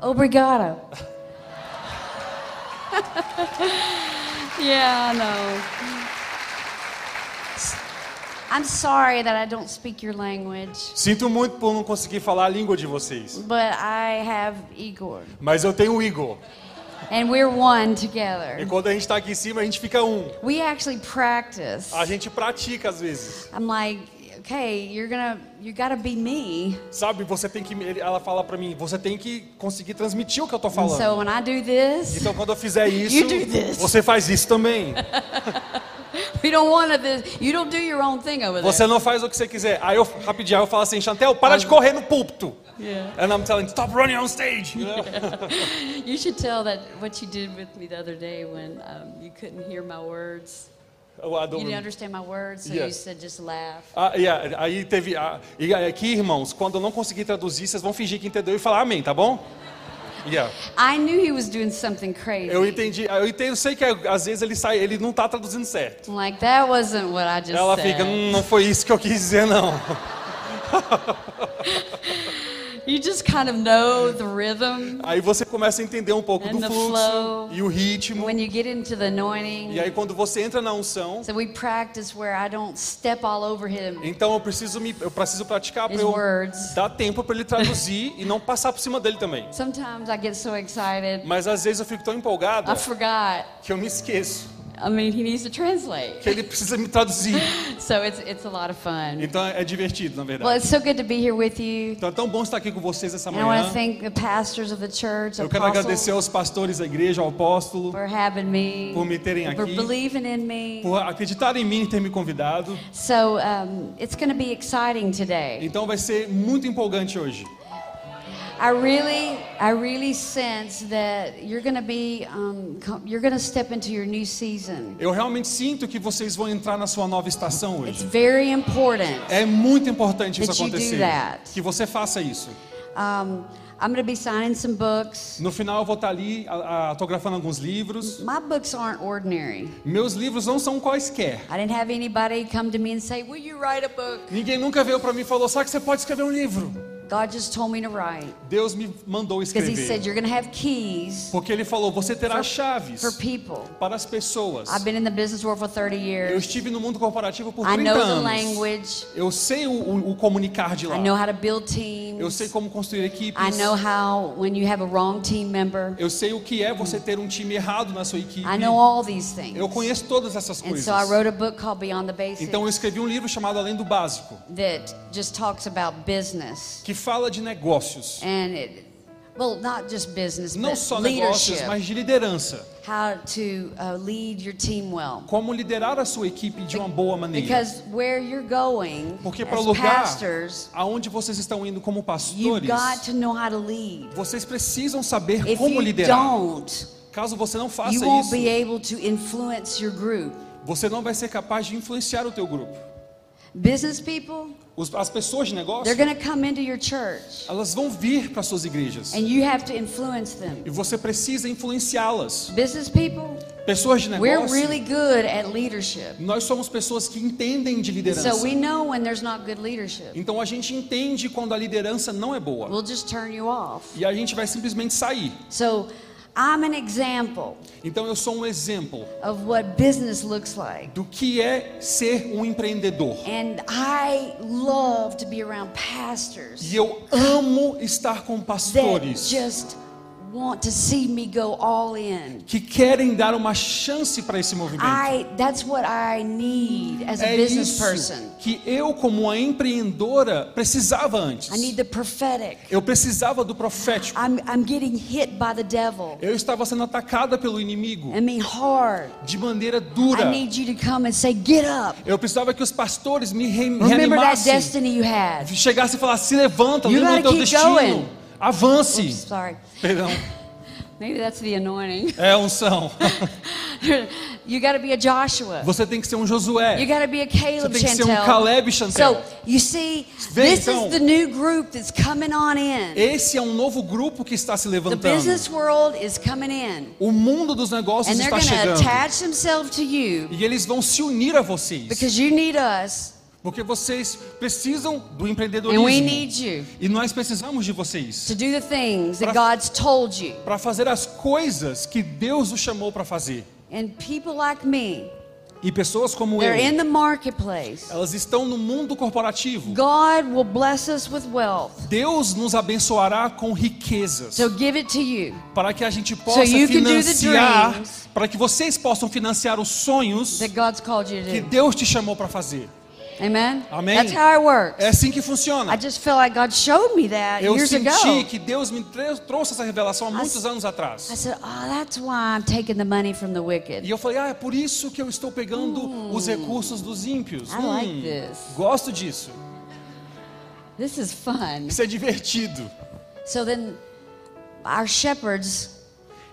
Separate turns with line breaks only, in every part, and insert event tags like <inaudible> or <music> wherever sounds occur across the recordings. Obrigado. <laughs> yeah, I know. I'm sorry that I don't speak your language,
Sinto muito por não conseguir falar a língua de vocês.
but I have Igor,
Mas eu tenho o Igor.
and we're one
E
together.
quando a gente tá aqui em cima, a gente fica um.
We actually practice.
A gente pratica às vezes.
I'm like, okay, you're gonna, you gotta be me.
Sabe, você tem que. ele- Ela fala pra mim, você tem que conseguir transmitir o que eu tô
And so
falando.
when I do this, <laughs>
Então quando eu fizer isso,
Então, You do this.
você faz isso também.
you don't want to. You don't do your own thing over there.
Você não faz o que você quiser. Aí eu rapidinho aí eu falo assim, Chantel, para de correr no púlpito.
Yeah.
And I'm telling, stop running on stage. you know?
You should tell that what you did with me the other day when um, you couldn't hear my words.
Eu
You
adoro.
didn't understand my words, so you
Yes.
said just laugh.
Ah, e a- aí teve. ah, e aqui, irmãos, quando eu não conseguir traduzir, vocês vão fingir que entendeu e falar amém, tá bom? Yeah.
I knew he was doing something crazy.
Eu entendi. Eu entendo, sei que às vezes ele sai, ele não tá traduzindo certo.
I'm like that wasn't what I just
Ela
said.
fica, "Hum, não foi isso que eu quis dizer, não.
You just kind of know the rhythm
Aí você começa a entender um pouco
And
do
the
fluxo
flow.
e o ritmo.
when you get into the anointing.
E aí quando você entra na unção,
So we practice where I don't step all over him.
então eu preciso me, eu preciso praticar para
His
eu
words.
dar tempo para ele traduzir e não passar por cima dele também.
Sometimes I get so excited,
Mas às vezes eu fico tão empolgado
I forgot.
que eu me esqueço
I mean, he needs to translate.
que ele precisa me traduzir.
So it's it's a lot of fun.
Então é divertido, na
Well,
verdade.
it's so good to be here with you.
Então é tão bom estar aqui com vocês essa
And I want to
manhã.
thank the pastors of the church,
Eu quero agradecer
apostles,
aos pastores da igreja, ao apóstolo,
for having me,
por me terem
for
aqui,
believing in me.
por acreditar em mim e ter me convidado.
So um, it's going to be exciting today.
Então vai ser muito empolgante hoje.
I really, I really sense that you're going to be, um, com- you're going to step into your new season.
Eu realmente sinto que vocês vão entrar na sua nova estação
It's
hoje.
very important.
É muito importante isso
That you do
acontecer.
that.
Que você faça isso.
Um, I'm going to be signing some books.
No final eu vou estar ali a- a- autografando alguns livros.
My books aren't ordinary.
Meus livros não são quaisquer.
I didn't have anybody come to me and say, "Will you write a book?"
Ninguém nunca veio para mim e falou: "Sabe que você pode escrever um livro?"
God just told me to write
Deus me mandou
because He said
escrever.
you're going to have keys
Porque ele falou: "Você terá chaves
for people.
para as pessoas."
I've been in the business world for 30
Eu
years.
estive no mundo corporativo por
I
30
know the
anos.
language.
Eu sei o, o- o comunicar de lá.
I know how to build
Eu sei
teams.
como construir equipes.
I know how when you have a wrong team member.
Eu sei o que é você ter um time errado na sua equipe.
I know all these things.
Eu conheço todas essas
And
coisas.
so I wrote a book called Beyond the Basics
Então eu escrevi um livro chamado Além do Básico,
that just talks about business
que fala de negócios.
and it, well, not just business,
Não
but
só negócios,
leadership.
mas de liderança.
How to uh, lead your team well.
Como liderar a sua equipe de uma boa maneira.
Because where you're going
Porque para o
as
lugar
pastors,
aonde vocês estão indo como
you've
pastores,
got to know how to lead.
vocês precisam saber
If
como
you
liderar.
don't,
Caso você não faça
you won't
isso,
be able to influence your group.
você não vai ser capaz de influenciar o teu grupo.
Business people,
Os- As pessoas de negócio,
they're going to come into your church
elas vão vir para suas igrejas.
and you have to influence them.
E você precisa influenciá-las.
Business people,
Pessoas de
we're
negócio,
really good at leadership.
nós somos pessoas que entendem de liderança.
So we know when there's not good leadership.
Então a gente entende quando a liderança não é boa.
We'll just turn you off.
E a gente vai simplesmente sair.
So I'm an example
Então eu sou um exemplo
of what business looks like.
do que é ser um empreendedor.
And I love to be around pastors
E eu amo estar com
that
pastores
just want to see me go all in.
que querem dar uma chance para esse movimento.
I that's what I need as a
É
business
isso
person.
que eu, como uma empreendedora, precisava antes.
I need the prophetic.
Eu precisava do profético.
I'm I'm getting hit by the devil.
Eu estava sendo atacada pelo inimigo
I mean hard.
de maneira dura.
I need you to come and say, get up.
Eu precisava que os pastores me re
Remember that
reanimassem.
destiny you had.
Chegasse e falasse, se levanta,
You
lembra
gotta
do teu
keep
destino.
going.
Avance.
Oops, sorry.
Perdão.
Maybe that's the anointing. <laughs>
É unção.
you got to be a Joshua.
Você tem que ser um
You
Josué.
got to be a Caleb
Você tem que ser um
Chantel.
Caleb Chantel.
So, you see,
Vem,
this
então.
is the new group that's coming on in.
Esse é um novo grupo que está se
The
levantando.
business world is coming in.
O mundo dos negócios
And they're
está
going to
chegando.
attach themselves to you
E eles vão se unir a vocês.
because you need us
Porque vocês precisam do
And we
empreendedorismo.
need you
E nós precisamos de vocês
to do the things that
Pra-
God's told you.
para fazer as coisas que Deus o chamou para fazer.
And people like me,
E pessoas como
they're in
eu,
the marketplace.
elas estão no mundo corporativo.
God will bless us with wealth.
Deus nos abençoará com riquezas
So give it to you.
para que a gente possa
you can do the
financiar,
dreams.
para que vocês possam financiar os sonhos
that God's called you to
que
do.
Deus te chamou para fazer.
Amen?
Amém.
That's how it works.
É assim que
I
funciona.
just feel like God showed me that
Eu
years
senti
ago.
que Deus me tre- trouxe essa revelação há muitos anos
I
atrás.
said, Oh, that's why I'm taking the money from the
E
wicked.
eu falei, ah, é por isso que eu estou pegando os recursos dos ímpios.
Hum. I
Hum,
like this.
gosto disso.
This is fun.
Isso é divertido.
So then our shepherds,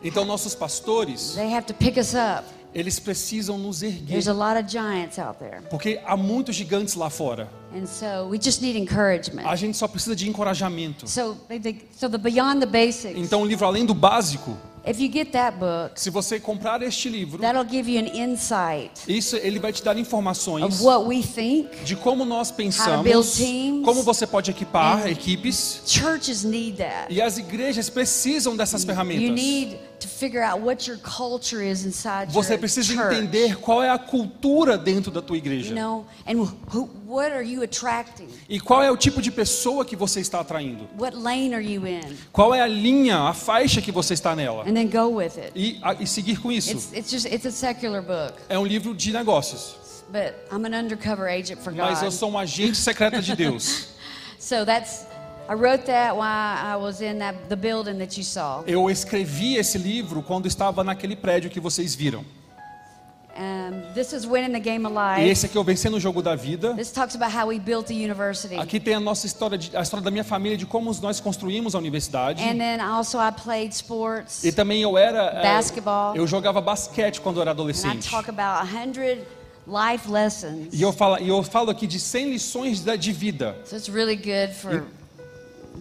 Então nossos pastores,
they have to pick us up.
eles precisam nos erguer,
There's a lot of giants out there.
porque há muitos gigantes lá fora.
And so we just need
A
encouragement.
gente só precisa de encorajamento.
So they, they, so the beyond the basics.
Então, o livro Além do Básico,
If you get that book,
se você comprar este livro,
that'll give you an insight
isso ele vai te dar informações
of what we think.
de como nós
build
pensamos,
teams.
como você pode equipar
And-
equipes,
Churches need that.
e as igrejas precisam dessas
You
ferramentas.
need to figure out what your culture is inside
Você
your
precisa
church.
entender qual é a cultura dentro da tua
You
igreja
know, and who, what are you attracting?
e qual é o tipo de pessoa que você está atraindo,
What lane are you in?
qual é a linha, a faixa que você está
And
nela
then go with it.
e, a- e seguir com isso.
It's, it's just it's a secular book,
É um livro de negócios,
but I'm an undercover agent for
mas eu
God.
sou um agente secreto de
<laughs>
Deus.
So that's I wrote that while I was in that the building that you saw.
Eu escrevi esse livro quando estava naquele prédio que vocês viram.
Um, this is winning the game of
E
life.
esse aqui é eu venci no jogo da vida.
This talks about how we built the university.
Aqui tem a nossa história, de- a história da minha família, de como nós construímos a universidade.
And then also I played sports.
E também eu era. eh,
Basketball.
Eu jogava basquete quando eu
And
era
I
adolescente.
talk about a hundred life lessons.
E eu falo, e eu falo aqui de 100 lições da- de vida.
So it's really good for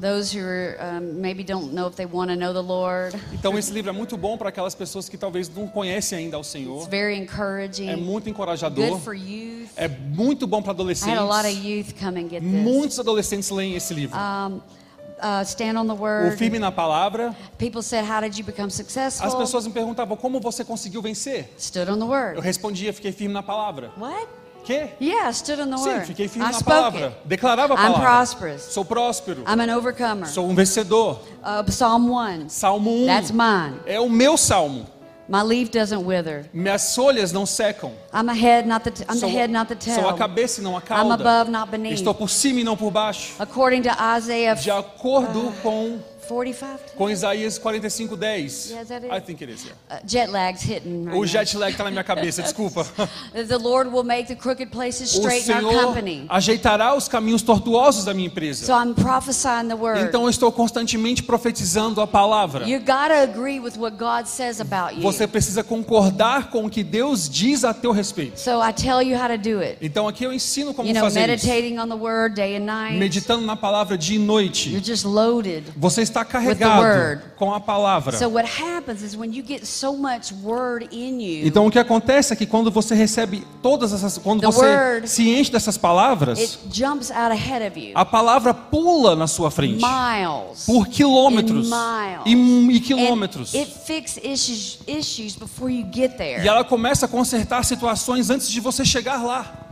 those who are, um, maybe don't know if they want to know the Lord.
Então esse livro é muito bom para aquelas pessoas que talvez não conhecem ainda o
It's
Senhor.
very
É
encouraging.
muito
Good
encorajador.
for youth.
É muito bom para
I had a lot of
adolescentes.
youth come and get this.
Muitos adolescentes leem esse livro.
Um, uh, stand on the
O
word.
firme na palavra.
People said, "How did you become
As
successful?"
pessoas me perguntavam como você conseguiu vencer.
Stood on the
Eu
word.
respondia, fiquei firme na palavra.
What?
Quê?
Yeah, I stood on the
Sim,
word.
fiquei firme
I
na
spoke
palavra.
it.
Declarava a
I'm
palavra.
prosperous.
Sou próspero.
I'm an overcomer.
Sou um vencedor.
Uh, Psalm one.
Salmo 1.
That's mine.
É o meu salmo.
My leaf doesn't wither.
Minhas folhas não secam.
I'm a head, not the. T- I'm
sou,
the head, not the tail.
sou a cabeça e não a
I'm
cauda.
above, not beneath.
Estou por cima e não por baixo.
According to Isaiah
De acordo com,
45.
com Isaías 45, 10.
Yeah, is that it?
I think it is, yeah.
Uh, jet lag's hitting. Right
O jet lag está na minha cabeça, desculpa.
now. The Lord will make the crooked places <laughs>
O
straight in our
Senhor
company.
ajeitará os caminhos tortuosos da minha empresa.
So I'm prophesying the word.
Então eu estou constantemente profetizando a palavra.
you got to agree with what God says about you.
Você precisa concordar com o que Deus diz a teu respeito.
so I tell you how to do it.
Então aqui eu ensino como
You know,
fazer isso.
meditating on the word day and night.
Meditando na palavra dia e noite.
You're just loaded.
Você está
word.
carregado com a palavra.
So what happens is when you get so much word in you,
Então o que acontece é que quando você recebe todas essas, quando
The
você
word-
se enche dessas palavras,
it jumps out ahead of you.
a palavra pula na sua frente
Miles.
por quilômetros
And
e, e
And
quilômetros.
It fix issues issues before you get there.
E ela começa a consertar situações antes de você chegar lá.
It-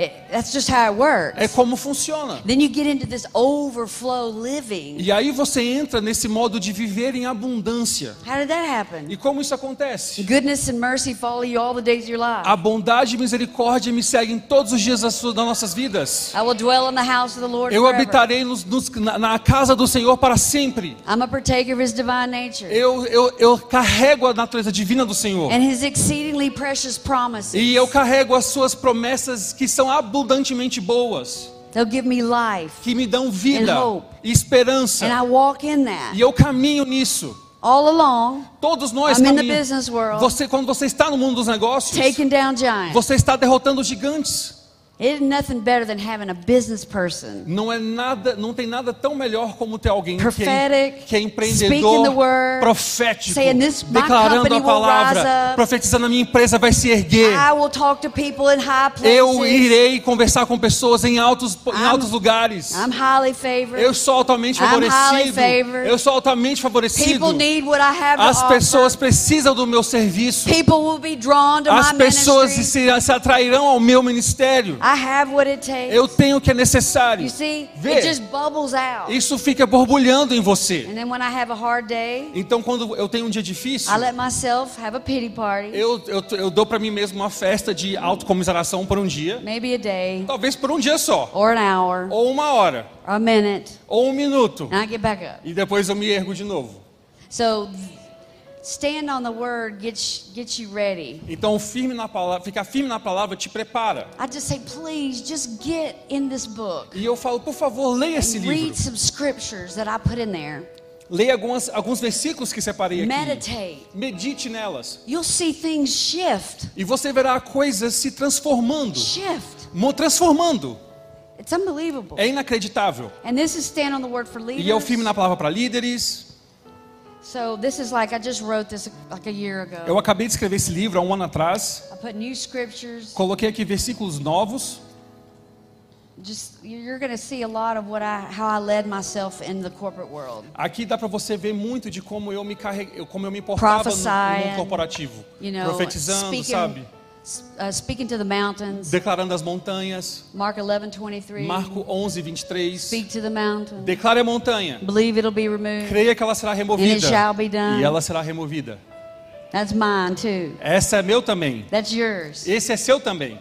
Eh, that's just how it works.
É como funciona.
Then you get into this overflow living.
E aí você entra nesse modo de viver em abundância.
How did that happen?
E como isso acontece?
Goodness and mercy follow you all the days of your life.
A bondade e misericórdia me seguem todos os dias das suas- das nossas vidas.
I will dwell in the house of the Lord
Eu
forever.
habitarei nos- nos- na, na casa do Senhor para sempre.
I'm a partaker of his divine nature
Eu, eu, eu carrego a natureza divina do Senhor.
and his exceedingly precious promises.
E eu carrego as suas promessas que são abundantemente boas,
They'll give me life.
que me dão vida
And hope.
e
And I
esperança.
walk in that.
E eu caminho nisso.
All along,
Todos nós
I'm in the
caminhamos.
business world.
Você, quando você está no mundo dos negócios,
taking down giants.
você está derrotando gigantes.
It's nothing better than having a business person.
Não é nada, não tem nada tão melhor como ter alguém que é,
Prophetic,
que é
speaking the
empreendedor,
word,
profético,
saying this- my
declarando a
company will rise
palavra,
up.
profetizando a minha empresa vai se erguer.
I will talk to people in high places.
Eu irei conversar com pessoas em altos, em
I'm-
altos lugares.
I'm highly favored.
Eu sou altamente
I'm highly
favorecido.
favored.
Eu sou altamente favorecido.
People need what I have
As
to
pessoas
offer.
precisam do meu serviço.
People will be drawn to
As
my
pessoas e
ministry.
se, se atrairão ao meu ministério.
I have what it takes.
Eu tenho o que é necessário.
you see,
Vê.
it just bubbles out.
Isso fica borbulhando em você.
and then when I have a hard day,
Então, quando eu tenho um dia difícil,
I let myself have a pity party,
eu, eu, eu dou para mim mesmo uma festa de autocomiseração por um dia,
maybe a day,
talvez por um dia só,
or an hour,
ou uma hora,
or a minute,
ou um minuto,
and I get back up.
e depois eu me ergo de novo.
So, stand on the word gets gets you ready.
Então, firme na palavra, ficar firme na palavra te prepara.
I just say, please, just get in this book.
E eu falo, por favor, leia esse
and read
livro.
some scriptures that I put in there.
Leia algumas, alguns versículos que separei aqui.
Meditate.
Medite nelas.
You'll see things shift.
E você verá coisas se transformando.
Shift.
Mo- Transformando.
It's unbelievable.
É inacreditável.
And this is stand on the word for
E eu firme
leaders.
na palavra para líderes.
So this is like I just wrote this like a year
Eu
ago.
acabei de escrever esse livro há um ano atrás.
I put new scriptures.
Coloquei aqui versículos novos.
Just you're going to see a lot of what I how I led myself in the corporate world.
Aqui dá para você ver muito de como eu me carreguei, como eu me importava no, no mundo
Prophesying,
corporativo.
You know,
Profetizando,
speaking
sabe?
s- uh, speaking to the mountains.
Declarando as montanhas.
Mark 11:23.
Marco 11, 23.
Speak to the mountain.
Declare a montanha.
Believe it'll be removed.
Creia que ela será removida.
And it shall be done.
E ela será removida.
That's mine too.
Essa é meu também.
That's yours.
Esse é seu também.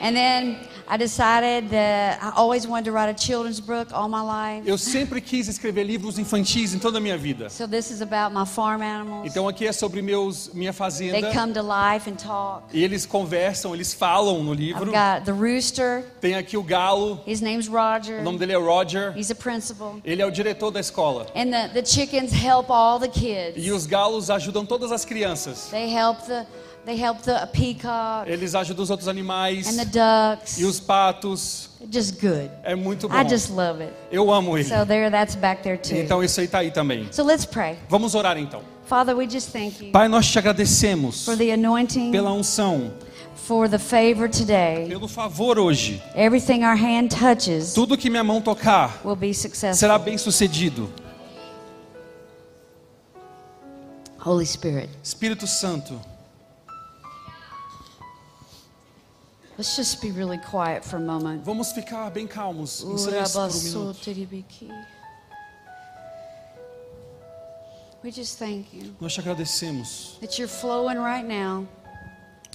And then I decided that I always wanted to write a children's book all my life.
Eu sempre quis escrever livros infantis em toda a minha vida.
So this is about my farm animals.
Então aqui é sobre meus minha
They
fazenda.
come to life and talk.
E eles conversam, eles falam no
I've
livro.
got the rooster.
Tem aqui o galo.
His name's
O
Roger.
nome dele é Roger.
He's a principal.
Ele é o diretor da escola.
And the, the chickens help all the
E
kids.
os galos ajudam todas as crianças.
They help the they help the peacock
Eles ajudam os outros animais
and the ducks.
e os patos.
Just good.
É muito bom.
I just love it.
Eu amo ele.
So there that's back there too.
Então isso aí tá aí também.
So let's pray.
Vamos orar então.
Father, we just thank you
Pai, nós te agradecemos
for the anointing,
pela unção,
for the favor today.
pelo favor hoje.
Everything our hand touches
Tudo que minha mão tocar
will be successful.
será bem sucedido.
Holy Spirit,
Espírito Santo,
let's just be really quiet for a moment.
vamos ficar bem calmos em silêncio por um minuto.
Urabasotiribiki. We just thank you
Nós te agradecemos
that you're flowing right now.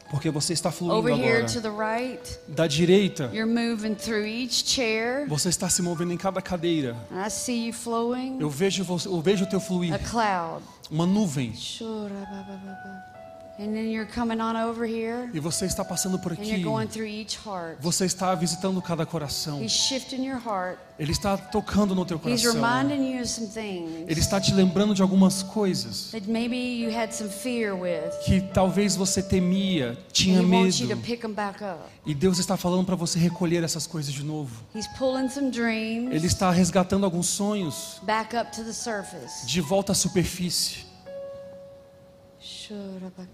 porque você está
Over
fluindo
here
agora.
to the right,
Da direita,
you're moving through each chair.
você está se movendo em cada cadeira.
And I see you flowing
Eu vejo você, eu vejo o teu
a
fluir,
cloud.
uma nuvem,
Shurababababa. And then you're coming on over here
e você está passando por
and
aqui.
you're going through each heart.
Você está visitando cada coração.
He's shifting your heart.
Ele está tocando no teu
He's
coração.
reminding you of some things.
Ele está te lembrando de algumas coisas
that maybe you had some fear with.
que talvez você temia,
And he
tinha
wants you to
medo.
pick them back up.
E Deus está falando para você recolher essas coisas de novo.
He's pulling some dreams
Ele está resgatando alguns sonhos
back up to the surface.
de volta à superfície.
We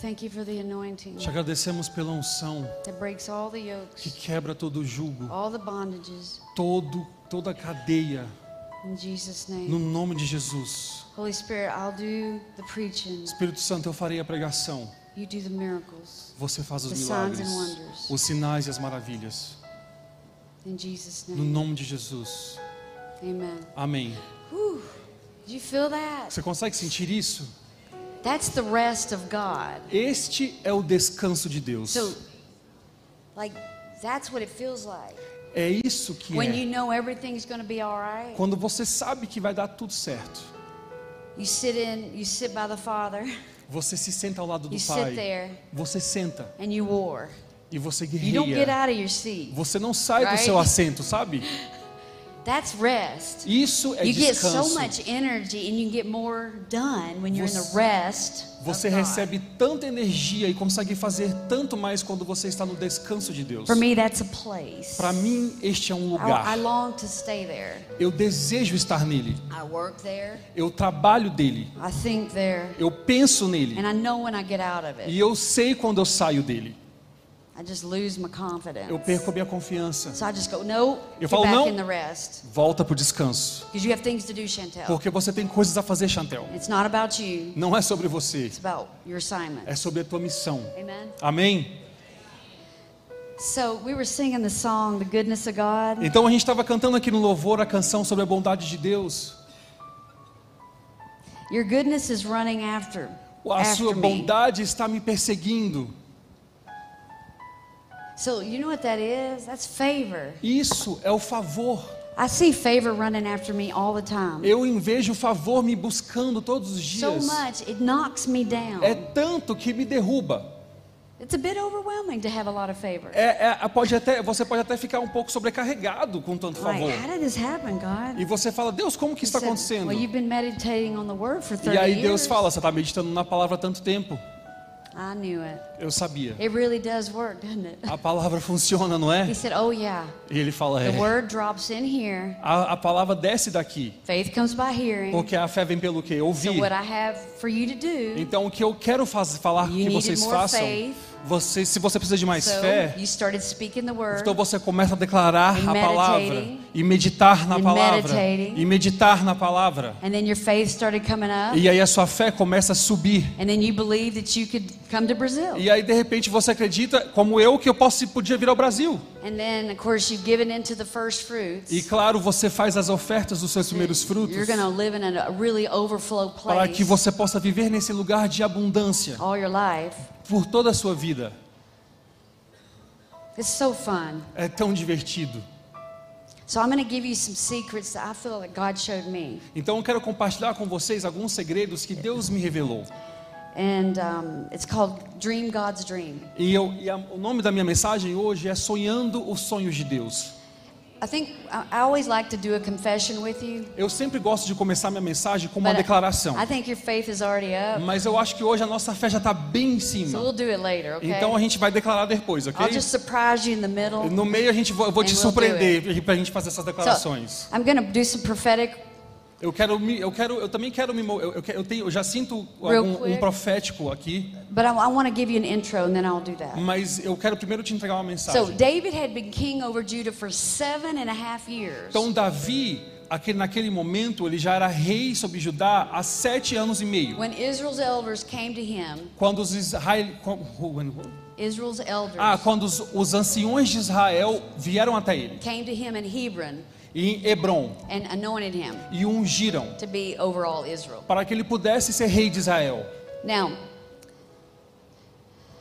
thank you for the anointing
Te agradecemos pela unção
that breaks all the
que
yokes,
quebra todo o jugo,
all the bondages.
todo toda a cadeia,
In Jesus'
no
name.
nome de Jesus.
Holy Spirit, I'll do the preaching.
Espírito Santo, eu farei a pregação.
You do the miracles.
Você faz os
The signs
milagres,
and wonders.
os sinais e as maravilhas.
In Jesus'
No
name.
nome de Jesus.
Amen.
Amém.
Whew. Did you feel that?
Você consegue sentir isso?
That's the rest of God.
Este é o descanso de Deus.
So, like, that's what it feels like
É isso que
when you
é.
know everything's going to be all right.
Quando você sabe que vai dar tudo certo,
You sit in, you sit by the Father,
você se senta ao lado do
you sit
Pai.
there,
Você senta
and you war.
e você
You don't get
guerreia.
out of your seat.
Você não sai do
Right?
seu assento, sabe?
That's rest.
Isso é
You get so
descanso.
much energy and you get more done when you're in the
Você-
rest. of
Você
God.
recebe tanta energia e consegue fazer tanto mais quando você está no descanso de Deus.
For me, that's a place.
Para mim, este é
I,
um
I
lugar.
long to stay there.
Eu desejo estar nele.
I work there.
Eu trabalho dele.
I think there.
Eu penso nele.
And I know when I get out of
E
it,
eu sei quando eu saio dele.
I just lose my
Eu
confidence.
perco a minha confiança.
So I just go, no,
Eu
get
falo,
back
"Não."
in the rest.
Volta pro descanso.
Because you have things to do, Chantel.
Porque você tem coisas a fazer, Chantel.
It's not about you,
Não é sobre você.
it's about your assignment.
É sobre a tua missão.
Amen.
Amém?
So we were singing the song, The Goodness of God.
Então a gente estava cantando aqui no louvor a canção sobre a bondade de Deus.
Your goodness is running after,
A sua
after me.
bondade está me perseguindo.
So you know what that is? That's favor.
Isso é o favor.
I see favor running after me all the time.
Eu invejo o favor me buscando todos os
So
dias.
much, it knocks me
É
down.
tanto que me derruba.
It's a bit overwhelming to have a lot of favor.
É, é, pode até, você pode até ficar um pouco sobrecarregado com tanto
Like,
favor.
how did this happen, God?
E você fala, Deus, como que
He
está
said,
acontecendo?
Well, you've been meditating on the word for 30
E aí Deus
years."
fala, você está meditando na palavra há tanto tempo.
I knew it.
Eu sabia.
It really does work, doesn't it? <laughs>
A palavra <laughs> funciona, não
He
é?
said, Oh, yeah.
E ele fala, é.
The word drops in here.
A, a palavra desce daqui,
Faith comes by hearing.
porque a fé vem pelo quê?
So,
Ouvir.
what I have for you to do,
Então o que eu quero faz, falar
You
que
needed
vocês
more
façam,
faith.
vocês, se você precisa de mais
so
fé,
you started speaking the word.
então você começa a declarar
And
a palavra
meditating.
e meditar na
And
palavra
meditating.
e meditar na palavra.
And then your faith started coming up.
E aí a sua fé começa a subir.
And then you believed that you could come to Brazil.
E aí de repente você acredita, como eu, que eu posso podia vir ao Brasil.
And then, of course, you've given into the first fruits.
E claro, você faz as ofertas dos seus primeiros frutos
You're going to live in a really overflow
para
place
que você possa viver nesse lugar de abundância
all your life.
por toda a sua vida.
It's so fun.
É tão divertido.
So I'm going to give you some secrets that I feel that God showed me.
Então eu quero compartilhar com vocês alguns segredos que Deus me revelou.
And um, it's called Dream God's Dream.
E, eu, e a- o nome da minha mensagem hoje é Sonhando os Sonhos de Deus.
I think I, I always like to do a confession with you.
Eu sempre gosto de começar minha mensagem com uma
but I-
declaração.
I, think your faith is already up.
Mas eu acho que hoje a nossa fé já está bem em
So
cima.
we'll do it later, okay?
Então a gente vai declarar depois, ok?
I'll just surprise you in the middle.
No meio a gente vou, eu vou
And
te
we'll é.
surpreender para a gente fazer essas
So
declarações.
I'm going to do some prophetic.
Eu quero me, eu quero, eu também quero me, mo- eu, eu, que- eu tenho, eu já sinto
Real
algum, um
quick.
profético aqui,
But I, I want to give you an intro and then I'll do that.
mas eu quero primeiro te entregar uma
So
mensagem.
David had been king over Judah for seven and a half years.
Então Davi, aquele, naquele momento, ele já era rei sobre Judá há sete anos e meio.
When Israel's elders came to him,
Quando os Israel, com- who- when- who-
Israel's elders
ah, quando os, os anciões de Israel vieram até ele
came to him in Hebron
em Hebron
and anointed him
e o ungiram
to be over all Israel.
para que ele pudesse ser rei de Israel.
Now,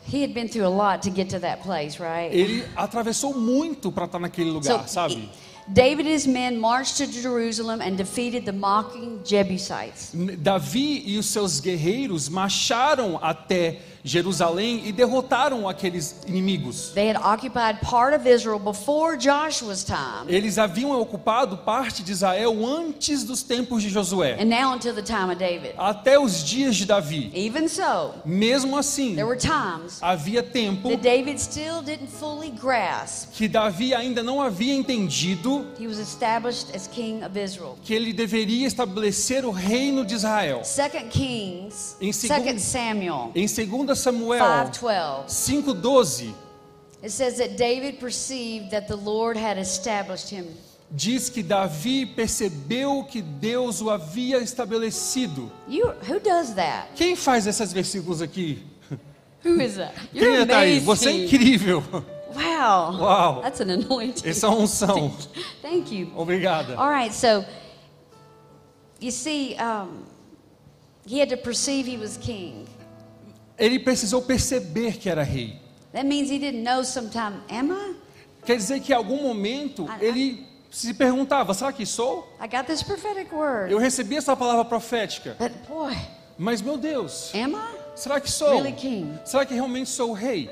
he had been through a lot to get to that place, right?
Ele atravessou muito para estar naquele lugar, sabe?
David and his men marched to Jerusalem and defeated the mocking Jebusites.
Davi e os seus guerreiros marcharam até Jerusalém e derrotaram aqueles inimigos.
They had occupied part of Israel before Joshua's time
Eles haviam ocupado parte de Israel antes dos tempos de Josué,
and now until the time of David.
até os dias de Davi.
Even so,
Mesmo assim,
there were times
havia tempo
that David still didn't fully grasp
que Davi ainda não havia entendido
he was established as king of Israel.
que ele deveria estabelecer o reino de Israel.
Second Kings,
Em segun-
Second Samuel
Em 2 Samuel
5:12,
5:12
it says that David perceived that the Lord had established him.
diz que Davi percebeu que Deus o havia estabelecido.
You, who does that?
Quem faz esses versículos aqui?
Who is that?
Quem
You're
é, Thaís?
amazing.
Você é
<laughs>
incrível.
Wow.
Uau.
That's an anointing.
Essa é uma unção.
<laughs> Thank you.
Obrigada.
All right, so you see, um, he had to perceive he was king.
Ele precisou perceber que era rei.
That means he didn't know sometime, am I?
Quer dizer que em algum momento
Ah, ah.
ele se perguntava: será que sou?
I got this prophetic word.
Eu recebi essa palavra profética,
But boy,
mas meu Deus,
am I?
será que sou?
Really king.
Será que realmente sou o rei?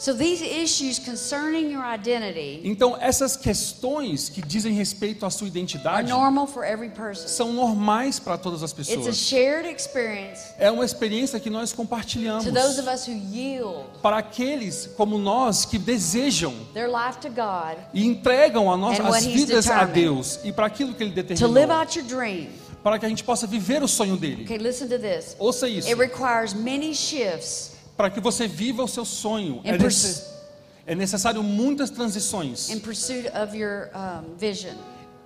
So these issues concerning your identity
Então, essas questões que dizem respeito à sua
are
identidade
normal for every person.
são normais para todas as
It's a
pessoas.
shared experience
É uma experiência que nós
to
compartilhamos
those of us who yield
para aqueles como nós que desejam
their life to God
e entregam a
And
nossa,
what
as
he's
vidas a
determined.
Deus e para aquilo que Ele
to live
determinou,
out your dream.
para que a gente possa viver o sonho dele.
Okay, listen to this.
Ouça isso.
It requires many shifts
Para que você viva o seu sonho, é,
And pers-
nece- é necessário muitas transições
in pursuit of your um, vision.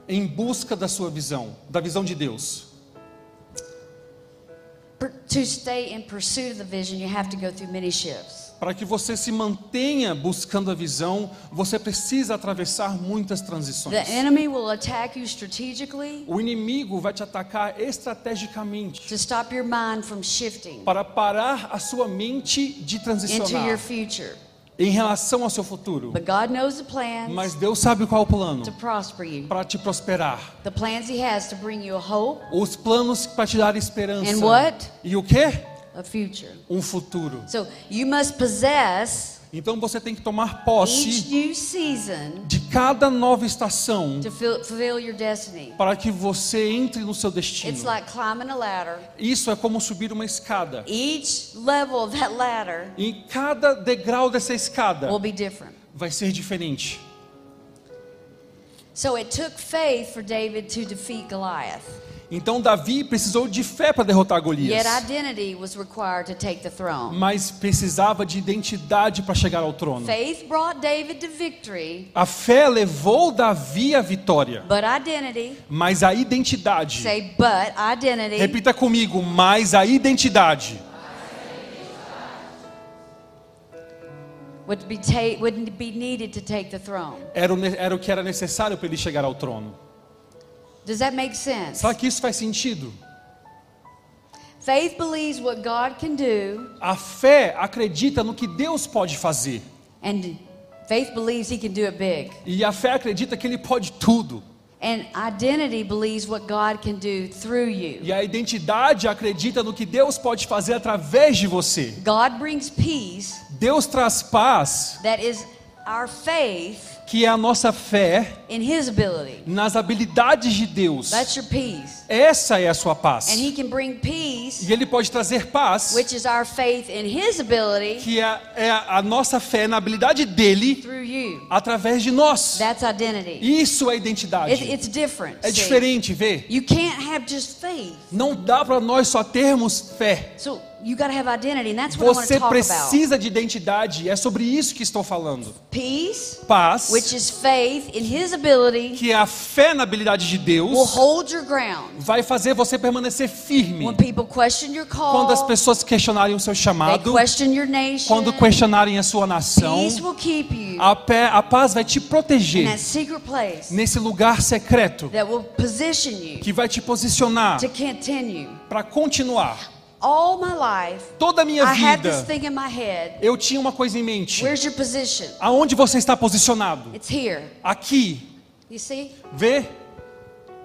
em busca da sua visão, da visão de Deus.
Per- to stay in pursuit of the vision, you have to go through many shifts.
Para que você se mantenha buscando a visão, você precisa atravessar muitas
The
transições.
enemy will attack you strategically
O inimigo vai te atacar estrategicamente
to stop your mind from shifting
para parar a sua mente de
into your
transicionar
future.
em relação ao seu futuro.
But God knows the plans
Mas Deus sabe qual é o plano
to prosper you,
para te prosperar.
the plans He has to bring you a hope,
Os planos para te dar esperança.
And what?
E o quê?
a future.
Um futuro.
So you must possess
Então você tem que tomar
each
posse
new season
de cada nova estação
to fill, fulfill your destiny.
para que você entre no seu destino.
It's like climbing a ladder.
Isso é como subir uma escada.
Each level of that ladder
Em cada degrau dessa escada
will be different.
vai ser diferente.
So it took faith for David to defeat Goliath.
Então Davi precisou de fé para derrotar Golias,
Yet identity was required to take the throne.
mas precisava de identidade para chegar ao trono.
Faith brought David to victory,
A fé levou Davi à vitória,
but identity,
mas a identidade.
say, but identity
Repita comigo, mas a identidade
would be, ta- would be needed to take the throne.
era o, ne- era o que era necessário para ele chegar ao trono.
Does that make sense?
Será que isso faz sentido?
Faith believes what God can do,
A fé acredita no que Deus pode fazer
and faith believes He can do it big.
e a fé acredita que Ele pode tudo.
And identity believes what God can do through you.
E a identidade acredita no que Deus pode fazer através de você.
God brings peace
Deus traz paz,
that is our faith
que é a nossa fé
in His ability.
nas habilidades de Deus.
That's your peace.
Essa é a sua paz.
And He can bring peace,
E Ele pode trazer paz,
which is our faith in His ability,
que é, é a nossa fé na habilidade dele
through you.
através de nós.
That's identity.
Isso é
It,
identidade.
it's different.
É
see.
diferente, vê?
You can't have just faith.
Não dá para nós só termos fé.
So you got to have identity, and that's what
Você
I want to talk
precisa de identidade. É sobre isso que estou falando.
about. Peace,
Paz,
which is faith in His ability,
que é a fé na habilidade de
will
Deus,
hold your ground
vai fazer você permanecer firme.
when people question your call.
Quando as pessoas questionarem o seu
they
chamado,
question your nation.
quando ah, questionarem a sua nação,
peace will keep you
a, pé- a paz vai te
in that
proteger
secret place
nesse lugar secreto
that will position you
que vai te posicionar
to continue.
para continuar.
All my life,
Toda a minha
I had this
vida,
thing in my head.
eu tinha uma coisa em mente.
Where's your position?
Aonde você está posicionado?
It's here.
Aqui.
You see,
Vê?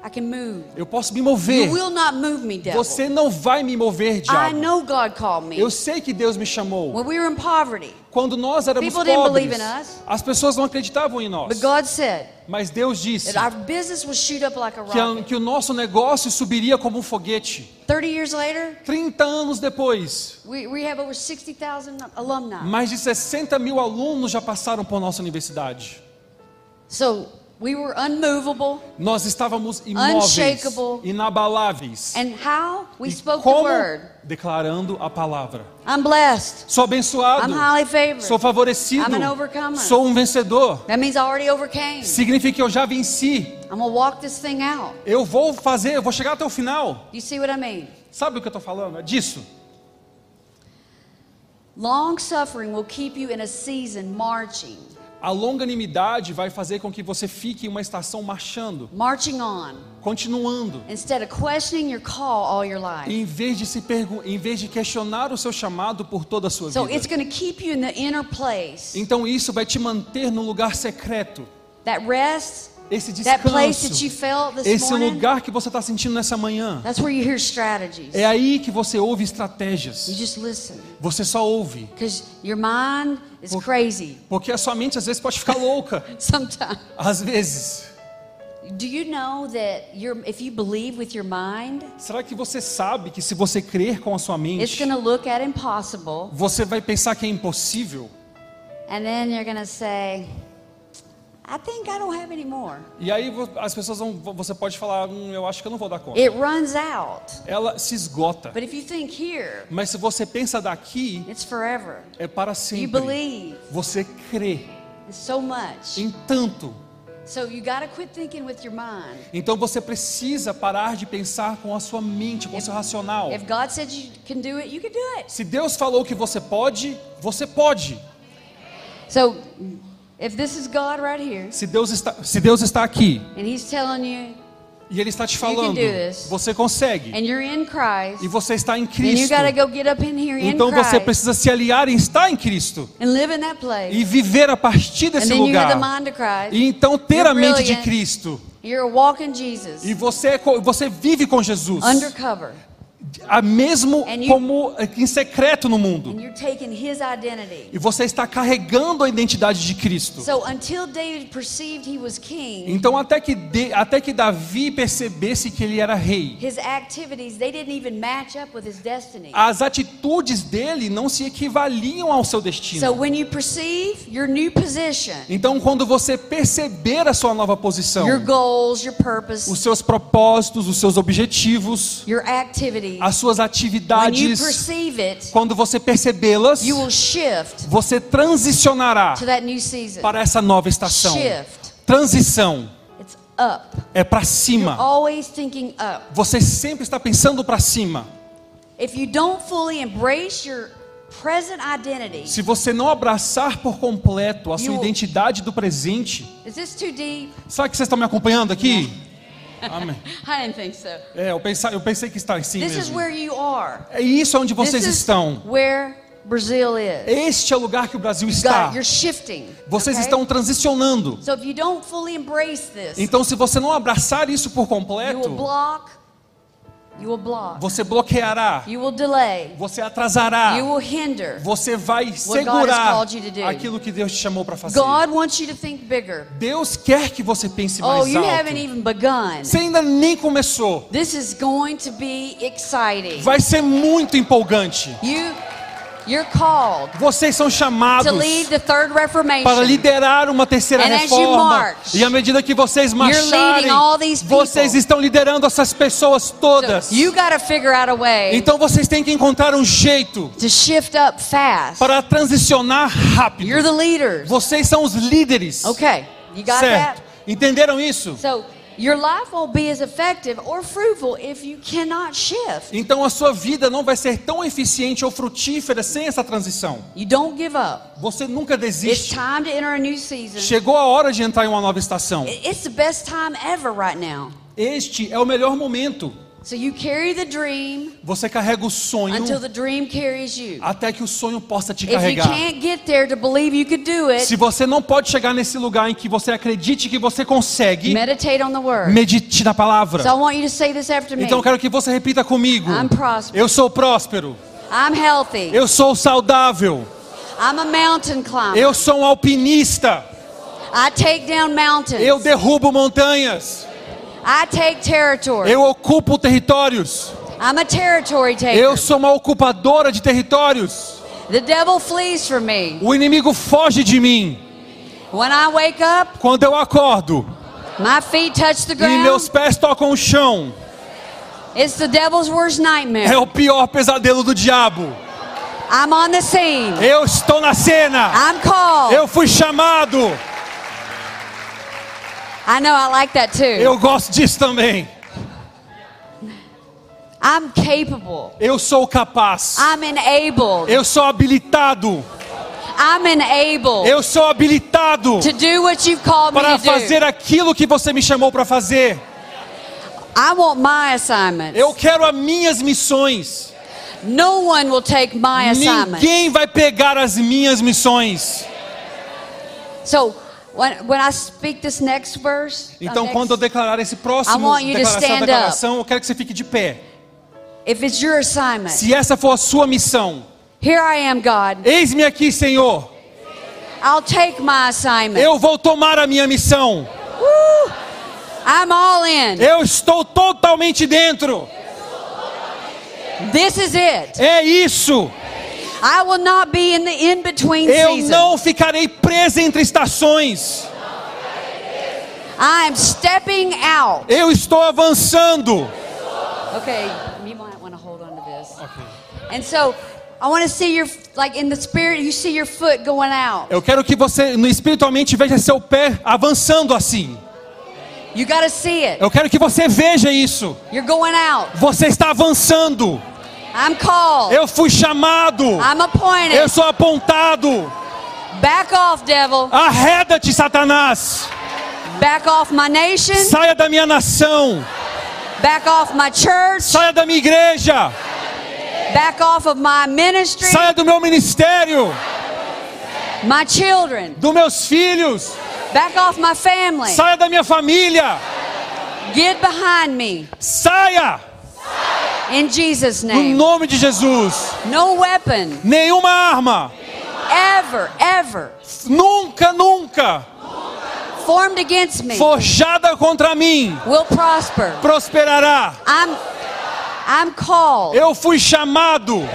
I can move.
Eu posso me
You
mover.
will not move me, devil.
Você não vai me mover,
I
diabo.
know God called me.
Eu sei que Deus me chamou.
When we were in poverty,
Quando nós éramos
People didn't
pobres,
believe in us.
as pessoas não acreditavam em nós.
but God said
Mas Deus disse
that our business would shoot up like a
que, a-
rocket.
que o nosso negócio subiria como um foguete.
30 years later,
30 anos depois,
we, we have over 60,000 alumni.
mais de 60 mil alunos já passaram por nossa universidade.
So we were unmovable.
Nós estávamos imóveis,
Unshakable.
inabaláveis.
And how? We
E
spoke the
como?
word.
Declarando a palavra.
I'm blessed.
Sou abençoado.
I'm highly favored.
Sou favorecido.
I'm an overcomer.
Sou um vencedor.
That means I already overcame.
Significa que eu já venci.
I'm going to walk this thing out.
Eu vou fazer, eu vou chegar até o final.
You see what I mean?
Sabe o que eu tô falando? É disso.
Long suffering will keep you in a season marching,
A longanimidade vai fazer com que você fique em uma estação marchando,
marching on,
continuando.
instead of questioning your call all your life.
Em vez de se pergun- em vez de questionar o seu chamado por toda a sua
So it's
vida.
going to keep you in the inner place
Então isso vai te manter no lugar secreto
that rests
Esse
That place that you
descanso,
felt this
esse
morning,
lugar Eh. que você está sentindo nessa manhã,
that's where you hear strategies.
é
You
aí que você ouve estratégias.
just listen.
Você só ouve.
Because your mind is crazy <laughs>
Porque a sua mente às vezes pode ficar louca.
sometimes.
Às vezes.
Do you know that your if you believe with your mind,
Será que você sabe que se você crer com a sua
it's
mente,
going to look at impossible,
você vai pensar que é impossível?
and then you're going to say, I think I don't have any more.
E aí vo- as pessoas vão, vo- você pode falar, hum, eu acho que eu não vou dar conta.
It runs out.
Ela se esgota.
But if you think here,
Mas se você pensa daqui,
it's forever.
é para
You
sempre.
believe
Você crê
in so much.
em tanto.
So you got to quit thinking with your mind.
Então você precisa parar de pensar com a sua mente, com o seu racional.
If God said you can do it, you can do it.
Se Deus falou que você pode, você pode.
So if this is God right here,
Se Deus está, se Deus está aqui
and He's telling you,
e Ele está te
can
falando,
do this.
você consegue.
and you're in Christ,
E você está em
then you
Cristo.
got to go get up in here in
Então você
Christ
precisa se aliar e estar em Cristo.
and live in that place.
E viver a partir
And
desse
then you have the
lugar.
mind of Christ.
E então ter
You're
a mente de
brilliant.
Cristo.
You're a walking Jesus,
E você, é co- você vive com Jesus.
undercover,
A mesmo
And you-
como eh, em secreto no mundo.
and you're taking His identity.
E você está carregando a identidade de Cristo.
So until David perceived he was king,
Então até que, De- até que Davi percebesse que ele era rei,
his activities they didn't even match up with his destiny.
as atitudes dele não se equivaliam ao seu
So
destino.
when you perceive your new position,
Então quando você perceber a sua nova posição,
your goals, your
os
purpose,
seus propósitos, os seus objetivos,
your activities,
as suas
when you
atividades,
perceive it,
quando você percebê-las,
you will shift
você transicionará
to that new season.
para essa nova estação.
Shift.
Transição
It's up.
é para
You're
cima.
always thinking up.
Você sempre está pensando para cima.
If you don't fully embrace your present identity,
Se você não abraçar por completo a sua
You-
identidade do presente,
is this too deep? <laughs>
Sabe que vocês estão me acompanhando aqui? Amém.
I didn't think so.
É, eu pensei, eu pensei que está assim
This is
mesmo.
where you are.
É isso onde vocês
this is
estão.
where Brazil is.
Este é o lugar que o Brasil está.
God, you're shifting.
Vocês
okay?
estão transicionando.
So if you don't fully embrace this,
Então, se você não abraçar isso por
you will
completo,
block. You will block.
você bloqueará,
You will delay.
você atrasará,
You will hinder.
você vai
God has
segurar
called you to do.
aquilo que Deus te chamou para fazer.
God wants you to think bigger.
Deus quer que você pense
Oh,
mais
you haven't
alto.
even begun.
Você ainda nem começou.
This is going to be exciting.
Vai ser muito empolgante.
You, you're called
Vocês são
to
chamados
lead the third
para
Reformation.
liderar uma terceira
And as you
reforma.
march,
E à medida que vocês marcharem,
leading all these people.
vocês estão liderando essas pessoas todas.
So you got to figure out a way
Então vocês têm que encontrar um jeito
to shift up fast.
para transicionar rápido.
You're the leaders.
Vocês são os líderes.
Okay, you got
certo?
that?
Entenderam isso?
So your life won't be as effective or fruitful if you cannot shift.
Então a sua vida não vai ser tão eficiente ou frutífera sem essa transição.
You don't give up.
Você nunca
It's
desiste.
time to enter a new season.
Chegou a hora de entrar em uma nova estação.
It- It's the best time ever right now.
Este é o melhor momento.
So you carry the dream
Você carrega o sonho
until the dream carries you.
até que o sonho possa te
If you
carregar.
can't get there to believe you could do it,
Se você não pode chegar nesse lugar em que você acredite que você consegue,
meditate on the word.
medite na palavra.
So I want you to say this after me.
Então eu quero que você repita comigo.
I'm próspero.
Eu sou próspero.
I'm healthy.
Eu sou saudável.
I'm a mountain climber.
Eu sou um alpinista.
I take down
Eu
mountains.
derrubo montanhas.
I take territory.
Eu ocupo territórios.
I'm a territory taker.
Eu sou uma ocupadora de territórios.
The devil flees from me.
O inimigo foge de mim.
When I wake up,
Quando eu acordo
my feet touch the
e
ground.
meus pés tocam o chão,
It's the devil's worst nightmare.
é o pior pesadelo do diabo.
I'm on the scene.
Eu estou na cena.
I'm called.
Eu fui chamado.
I know I like that too.
Eu gosto disso também.
I'm capable.
Eu sou capaz.
I'm enabled.
Eu sou habilitado.
I'm enabled
Eu sou habilitado
to do what you've called me
para
to do.
fazer aquilo que você me chamou para fazer.
I want my assignments.
Eu quero as minhas missões.
No one will take my assignment.
Ninguém vai pegar as minhas missões.
So When, when I speak this next verse, uh,
Então,
next-
quando eu declarar esse
I
próximo
want you to
declaração,
stand
declaração, eu quero que você fique de pé.
if it's your assignment,
Se essa for a sua missão,
here I am, God.
eis-me aqui, Senhor.
I'll take my assignment.
Eu vou tomar a minha missão.
Woo! I'm all in.
Eu estou totalmente dentro.
This is it.
É isso.
I will not be in the in between
Eu
season.
não ficarei presa entre estações.
I'm stepping out.
Eu estou avançando.
Okay, you might want to hold on to this. And so I want to see your, like in the spirit, you see your foot going out.
Eu quero que você no- espiritualmente veja seu pé avançando assim.
You got to see it.
Eu quero que você veja isso.
You're going out.
Você está avançando.
I'm called.
Eu fui chamado.
I'm appointed.
Eu sou apontado.
Back off, devil.
Arreda-te, Satanás.
Back off my nation.
Saia da minha nação.
Back off my church.
Saia da minha igreja.
Back off of my ministry.
Saia do meu ministério.
My children.
Dos meus filhos.
Back off my family.
Saia da minha família.
Get behind me.
Saia.
In Jesus'
No
name.
nome de Jesus.
No weapon
Nenhuma arma.
ever, ever
Nunca, nunca.
formed against me
forjada contra mim
will prosper.
prosperará.
I'm I'm called
Eu fui chamado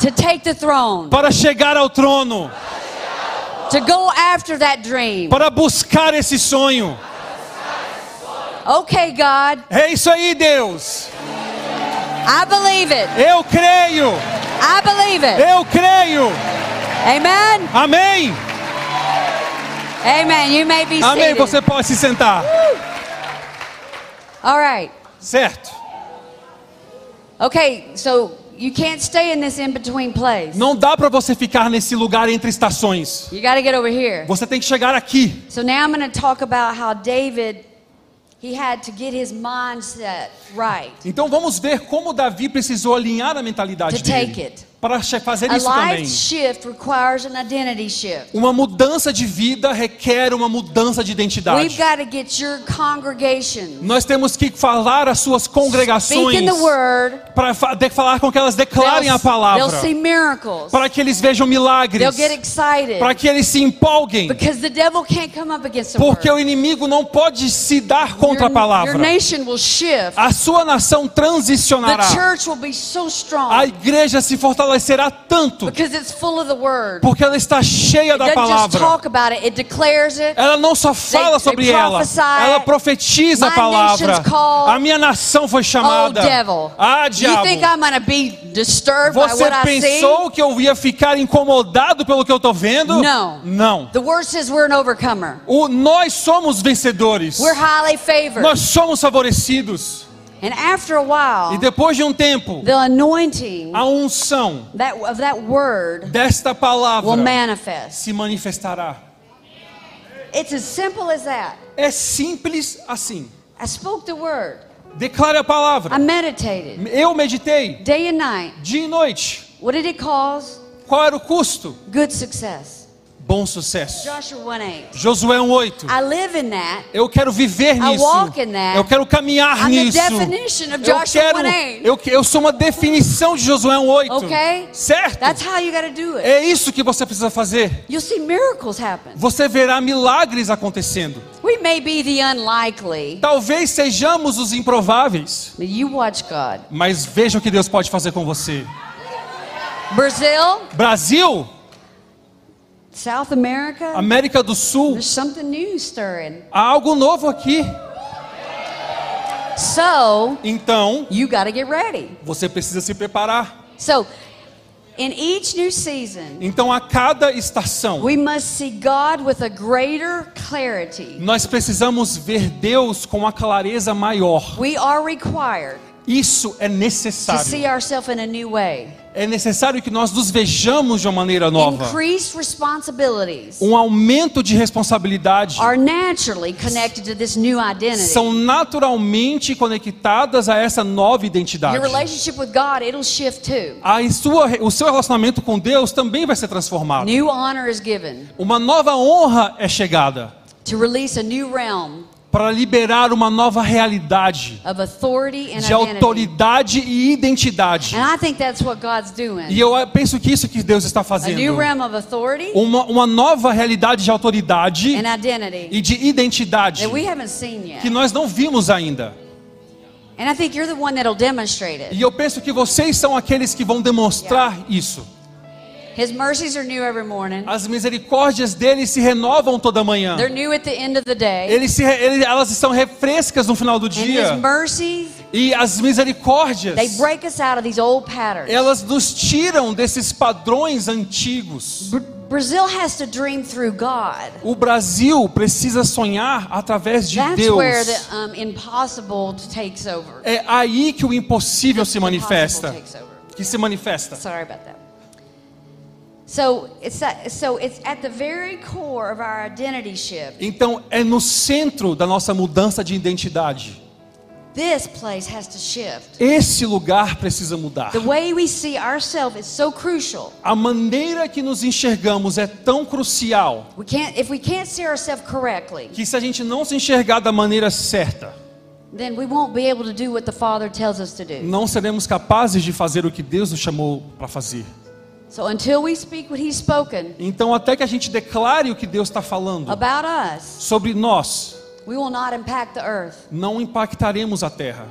to take the throne,
para chegar ao trono,
to go after that dream.
para buscar esse sonho.
Okay, God,
É isso aí, Deus.
I believe it.
Eu creio.
I believe it.
Eu creio.
Amen.
Amém.
Amen. You may be
Amém.
seated.
Você pode se sentar.
All right.
Certo.
Okay, so you can't stay in this in between place.
Não dá para você ficar nesse lugar entre estações.
You got to get over here.
Você tem que chegar aqui.
So now I'm going to talk about how David he had to get his mindset right.
Então vamos ver como Davi precisou alinhar a mentalidade
To take
dele
it.
para che- fazer
A
isso também.
life shift requires an identity shift.
Uma mudança de vida requer uma mudança de identidade.
We've got to get your congregation
Nós temos que falar às suas congregações
speaking the word.
para fa- de- falar com que elas declarem a
They'll,
palavra,
they'll see miracles.
para que eles vejam
They'll
milagres,
get excited
para que eles se empolguem,
because the devil can't come up against the
porque
word.
o inimigo não pode se dar
Your,
contra a
your
palavra.
nation will shift.
A sua nação
The
transicionará.
church will be so
A
strong
igreja se fortalecerá tanto
because it's full of the word.
porque ela está cheia
It
da
doesn't just
palavra.
talk about it; it declares it.
Ela não só fala
They-
sobre
they
ela,
prophesy.
ela profetiza a
My
palavra.
nation's called.
A minha nação foi
Oh,
chamada.
devil!
Ah,
You think
diabo.
I'm going to be disturbed by
Você
what I see?
pensou que eu ia ficar incomodado pelo que eu tô vendo?
Não.
Não.
The word says we're an overcomer.
O, nós somos vencedores.
We're highly favored.
Nós somos favorecidos.
And after a while,
E depois de um tempo,
the anointing
a unção
that, of that word
desta
will
palavra
manifest.
se manifestará.
It's as simple as that.
É simples assim.
I spoke the word.
Declare a
I
palavra.
meditated
Eu meditei
day and night.
dia e noite.
What did it cause?
Qual era o custo?
Good success.
Bom sucesso.
Joshua 1 8.
Josué 1:8.
I live in that.
Eu quero viver nisso.
walk né? in that.
Eu quero caminhar
I'm the
nisso.
definition of
eu
Joshua
quero.
1:8.
Eu, que- eu sou uma definição de Josué 1:8.
Okay?
Certo?
That's how you got to do it.
É isso que você precisa fazer.
You'll see miracles happen.
Você verá milagres acontecendo.
We may be the unlikely,
Talvez sejamos os improváveis,
but you watch God.
mas veja o que Deus pode fazer com você.
Brazil,
Brasil,
South America,
América do Sul,
there's something new stirring.
há algo novo aqui.
So,
Então,
you got to get ready.
você precisa se preparar.
So, in each new season,
Então, a cada estação,
we must see God with a greater clarity.
nós precisamos ver Deus com uma clareza maior.
We are required
Isso é
to
necessário.
see ourselves in a new way.
É necessário que nós nos vejamos de uma maneira nova.
Increased responsibilities
Um aumento de responsabilidade
are naturally connected to this new identity.
são naturalmente conectadas a essa nova identidade.
Your relationship with God, it'll shift too.
A sua, o seu relacionamento com Deus também vai ser transformado.
New honor is given
Uma nova honra é chegada
to release a new realm
para liberar uma nova realidade
of authority and identity.
de autoridade e identidade.
And I think that's what God's
E
doing.
eu penso que isso que Deus está
A new
fazendo.
realm of authority
Uma, uma nova realidade de autoridade
and identity
e de identidade
that we haven't seen yet.
que nós não vimos ainda.
And I think you're the one that'll demonstrate
E
it.
eu penso que vocês são aqueles que vão demonstrar isso.
His mercies are new every morning.
As misericórdias dele se renovam toda manhã.
They're new at the end of the day.
Ele se re- ele- elas são refrescas no final do
And his
dia.
mercies,
E as misericórdias,
they break us out of these old patterns.
elas nos tiram desses padrões antigos.
Br- Brazil has to dream through God.
O Brasil precisa sonhar através de
That's
Deus.
where the um, impossible takes over.
É aí que o impossível se
The
manifesta.
impossible takes over.
Que se manifesta.
Sorry about that. So it's at, so it's at the very core of our identity shift.
Então é no centro da nossa mudança de identidade.
This place has to shift.
Esse lugar precisa mudar.
The way we see ourselves is so crucial.
A maneira que nos enxergamos é tão crucial
We can't if we can't see ourselves correctly,
que se a gente não se enxergar da maneira certa,
then we won't be able to do what the Father tells us to do.
não seremos capazes de fazer o que Deus nos chamou para fazer.
So until we speak what He's spoken
Então, até que a gente declare o que Deus está falando
about us,
sobre nós,
we will not impact the earth.
não impactaremos a terra.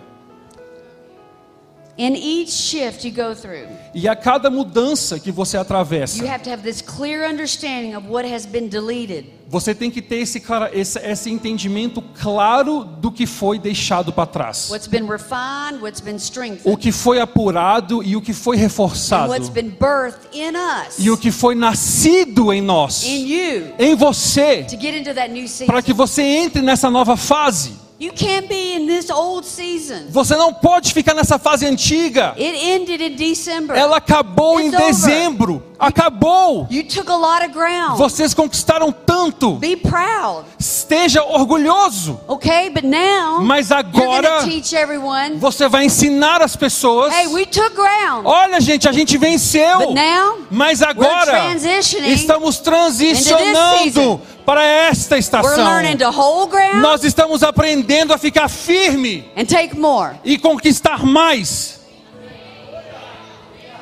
In each shift you go through,
E a cada mudança que você
you
atravessa,
have to have this clear understanding of what has been deleted.
você tem que ter esse, clara- esse, esse entendimento claro do que foi deixado para trás.
What's been refined, what's been
O
strengthened,
que foi apurado e o que foi
and what's
reforçado.
been birthed in us,
E o que foi nascido em nós,
in you,
em você,
to get into that new season.
para que você entre nessa nova fase.
You can't be in this old season.
Você não pode ficar nessa fase antiga.
It ended in December.
Ela acabou em
It's over.
dezembro. Acabou.
You took a lot of ground.
Vocês conquistaram tanto.
Be proud,
Esteja orgulhoso.
okay? But now
Mas
you're
agora
going to teach everyone.
você vai ensinar as pessoas.
Hey, we took ground.
Olha, gente, a gente venceu.
But now,
Mas agora
transitioning
estamos
season.
transicionando para esta
We're
estação.
learning to hold ground
Nós estamos aprendendo a ficar firme
and take more.
e conquistar mais.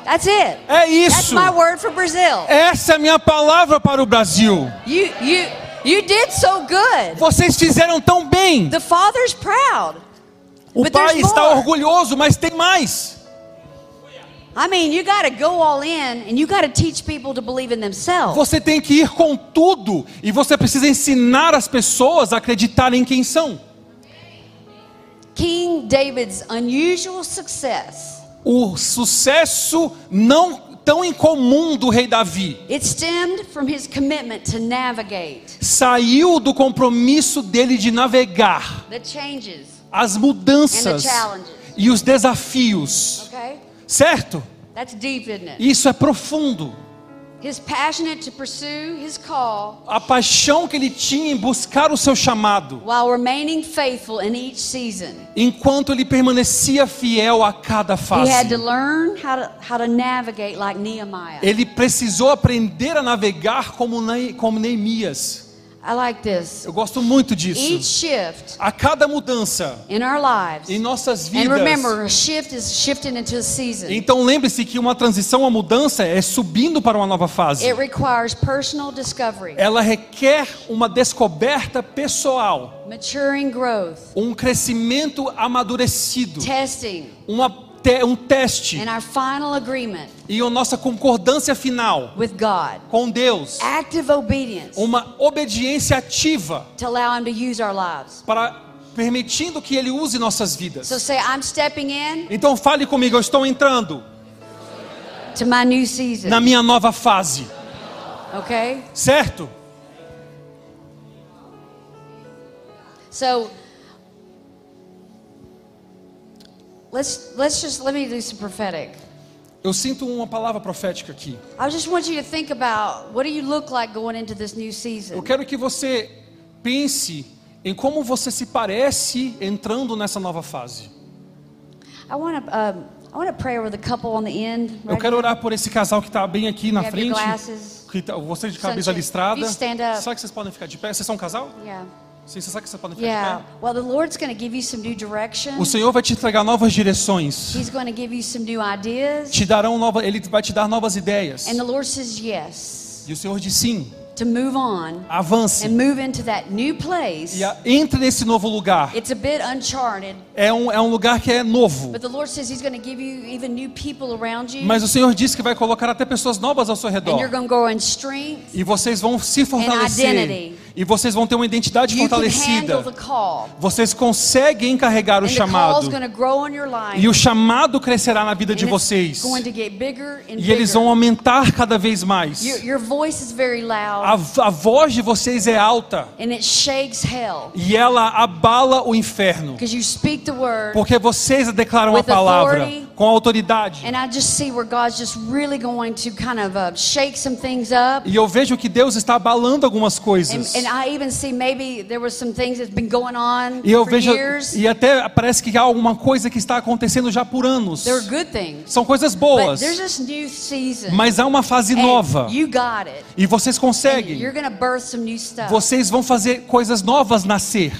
That's it.
É
That's
isso.
my word for Brazil.
Essa é a minha palavra para o Brasil.
You you you did so good.
Vocês fizeram tão bem.
The father's proud.
O
But
pai
there's
está
more.
orgulhoso, mas tem mais.
I mean, you got to go all in and you got to teach people to believe in themselves.
Você tem que ir com tudo e você precisa ensinar as pessoas a acreditarem em quem são.
King David's unusual success.
O sucesso não tão incomum do rei Davi
It stemmed from his commitment to navigate
saiu do compromisso dele de navegar
the changes,
as mudanças
And the challenges.
e os desafios,
okay?
certo?
That's deep, isn't it?
Isso é profundo.
His passionate to pursue his call
A paixão que ele tinha em buscar o seu chamado.
while remaining faithful in each season.
enquanto ele permanecia fiel a cada
He had to
fase.
learn how to, how to navigate like Nehemiah.
Ele precisou aprender a navegar como, Ne- como Neemias.
I like this.
Eu gosto muito
Each
disso.
shift
A cada mudança
in our lives.
em nossas
And
vidas.
remember, a shift is shifting into a season.
Então lembre-se que uma transição, uma mudança é subindo para uma nova fase.
It requires personal discovery,
Ela requer uma descoberta pessoal,
maturing growth,
um crescimento amadurecido,
testing,
uma te- um teste
and our final agreement
e a nossa concordância final
with God.
com Deus,
Active obedience
uma obediência ativa.
to allow Him to use our lives.
para permitindo que ele use nossas vidas.
So say, I'm stepping in
Então fale comigo, eu estou entrando
to my new
na
season.
minha nova fase,
Okay?
certo?
So Let's let's just let me do some prophetic.
Eu sinto uma palavra profética aqui.
I just want you to think about what do you look like going into this new
Eu
season?
quero que você pense em como você se parece entrando nessa nova fase.
I want to um, I want to pray over the couple on the end.
Eu
Right
quero
here.
orar por esse casal que está bem aqui na
Grab your
frente.
glasses.
Que tá, você de camisa
Sunshine,
listrada.
you stand up.
Será que vocês podem ficar de pé? Vocês são um casal?
Yeah.
Sim, você sabe que vocês podem ficar de
Yeah.
pé?
Well, the Lord's going to give you some new direction.
O Senhor vai te entregar novas direções.
He's going to give you some new ideas.
Te darão nova, ele vai te dar novas ideias.
And the Lord says yes
E o Senhor diz sim,
to move on
avance.
and move into that new place.
E a- entre nesse novo lugar.
It's a bit uncharted,
É um, é um lugar que é novo.
but the Lord says He's going to give you even new people around you,
Mas o Senhor diz que vai colocar até pessoas novas ao seu
and you're
redor.
going to grow in strength.
E vocês vão se fortalecer.
identity.
E vocês vão ter uma identidade
You can handle
fortalecida.
the call.
Vocês conseguem carregar o
And the call's
chamado.
going to grow in your life.
E o chamado crescerá na vida de
and it's
vocês.
going to get bigger and
E eles
bigger.
vão aumentar cada vez mais.
Your, your voice is very
A,
loud,
a voz de vocês é alta.
and it shakes hell
E ela abala o inferno.
because you speak the word.
Porque vocês declaram a
With
palavra
authority.
com autoridade.
And I just see where God's just really going to kind of uh, shake some things up.
E eu vejo que Deus está abalando algumas
And,
coisas.
and I even see maybe there were some things that's been going on
E eu
for
vejo
years.
e até parece que há alguma coisa que está acontecendo já por anos.
They're good things.
São coisas
But
boas,
there's this new season.
mas há uma fase
and
nova
You got it.
e vocês
And you're
conseguem.
going to birth some new stuff.
Vocês vão fazer coisas novas nascer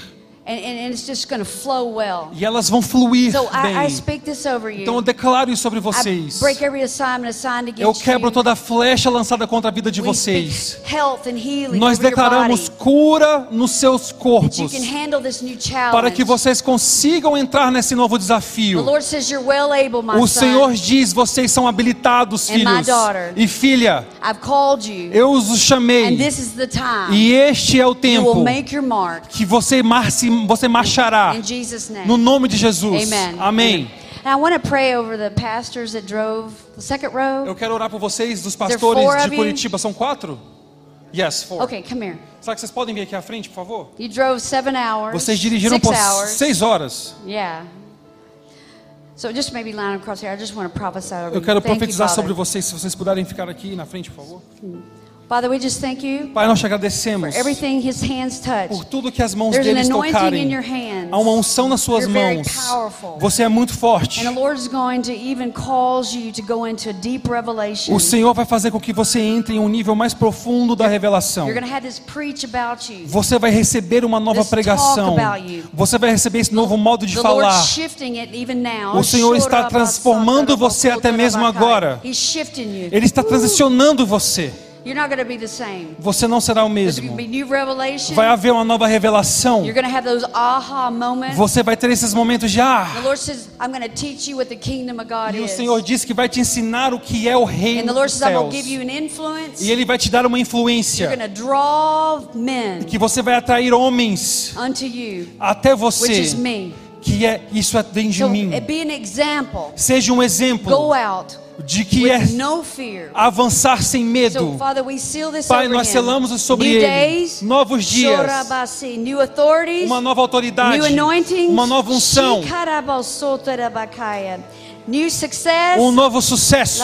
and, and, and it's just going to flow well.
e elas vão fluir
So I, I
bem.
speak this over you.
Então eu declaro isso sobre
I
vocês.
break every assignment assigned
Eu
against
quebro
you.
toda a flecha lançada contra a vida de
We speak
vocês.
health and healing
Nós
over your
declaramos
body,
cura nos seus
that you
corpos
can handle this new challenge.
para que vocês consigam entrar nesse novo
The
desafio.
Lord says you're well able, my
O
son.
Senhor diz: vocês são habilitados,
And my
filhos
daughter.
e filha.
I've called you,
Eu os
and
chamei
this is the time
e este é o
you will
tempo
make your mark
que você, mar se- você marchará
in Jesus' name.
no nome de Jesus.
Amen.
Amém.
And I want to pray over the pastors that drove the second row.
Eu quero orar por vocês, dos
there
pastores
four
de
of you?
Curitiba. São quatro? Yes, four.
Okay, come here.
Será que vocês podem vir aqui à frente, por favor?
You drove seven hours.
Vocês dirigiram
six
por
hours.
seis horas.
Yeah. So just maybe line across here. I just want to prophesy over
Eu
you.
quero
Thank you,
profetizar
Father.
sobre vocês, se vocês puderem ficar aqui na frente, por favor.
Father, we just thank you
Pai, nós te
for
agradecemos
everything His hands touch.
por tudo que as mãos
There's an
deles
anointing in
tocarem.
your hands.
Há uma unção nas suas
You're very
mãos.
powerful.
Você é muito forte.
And the Lord is going to even cause you to go into a deep revelation.
O Senhor vai fazer com que você entre em um nível mais profundo da revelação.
You're going to have this preach about you.
Você vai receber uma nova
This talk
pregação.
about you.
Você vai receber esse novo modo de
The Lord's
falar.
shifting it even now.
O Senhor está transformando você até mesmo agora.
He's shifting you.
Ele está transicionando você.
You're not going to be the same.
Você não será o
There's going
mesmo.
to be new revelation.
Vai haver uma nova revelação.
You're going to have those aha moments.
Você vai ter esses momentos de
The
ah.
Lord says, I'm going to teach you what the kingdom of God
E o
is.
Senhor diz que vai te ensinar o que é
and
o reino
the Lord
dos
says, I'm going
céus.
to give you an influence.
E ele vai te dar uma
You're
influência
going to draw men
que você vai atrair homens
unto you,
até
which
você,
is me.
que é isso é vem de
So
mim.
uh, be an example.
Seja um exemplo
Go out
de que é
with no fear.
avançar sem
So,
medo.
Father, we seal this
Pai,
over
nós
him.
selamos isso sobre
new
ele.
Days,
Novos dias.
Shorabasi. New authorities.
Uma nova autoridade,
New anointings.
uma nova unção,
Shikarabosotarabakaya. New success.
um novo sucesso,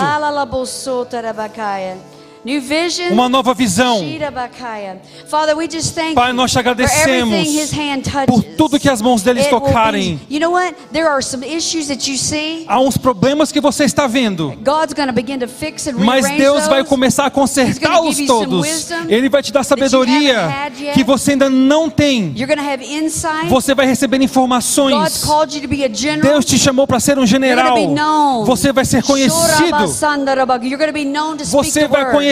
Lalalabosotarabakaya. New vision.
uma nova visão.
Shirabakaya. Father, we just thank
Pai,
you
nós te
for everything
agradecemos
his hand touches.
por tudo que as mãos deles
It will be-
tocarem. Ah.
you know what? There are some issues that you see.
Há uns problemas que você está vendo,
God's going to begin to fix and
mas
rearrange
Deus
those.
vai começar a
He's
consertá-los
gonna give you some
todos.
wisdom
Ele vai te dar
you
sabedoria
haven't had yet.
que você ainda não tem.
You're going to have insight.
Você vai receber
God's
informações.
called you to be a general.
Deus te chamou para ser um
You're
general.
gonna be known.
Você vai ser conhecido.
Shorabasandarabaga. You're going to be known to speak
Você
the
vai
word.
conhecido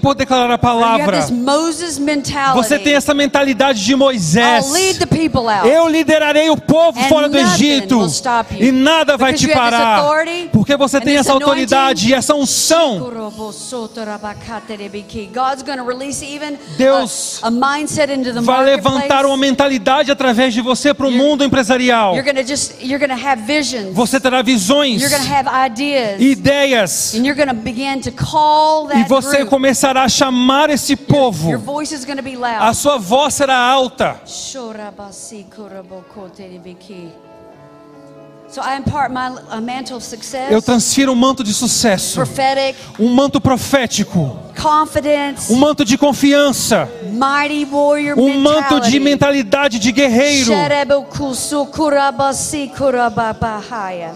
por declarar a
You have
palavra.
this Moses mentality.
Você tem essa mentalidade de
I'll lead
Moisés.
the people out.
Eu liderarei o povo
É And
fora do
nothing
Egito
will stop you.
e nada vai
Because
te
you have this
parar,
authority
porque você
and
tem
this
essa autoridade
anointing.
e essa unção.
Shikorobosotorabakaterebiki. God's going to release even
Deus
a, a mindset into the
Vai
marketplace.
levantar uma mentalidade através de você para o
You're-
mundo empresarial.
You're going to just you're going to have visions.
Você terá visões,
You're going to have ideas.
ideias
and you're going to begin to call
e
that
você
group.
começará a chamar esse
Your
povo.
voice is going to be
A
loud.
sua voz será alta.
Shorabasi korobokoterebiki. So I impart my a mantle of success,
Eu transfiro um manto de sucesso,
prophetic,
um manto profético,
confidence,
um manto de confiança,
mighty warrior
um manto de
mentality.
mentalidade de guerreiro.
Sherebukusu kurabasi kurababahaya.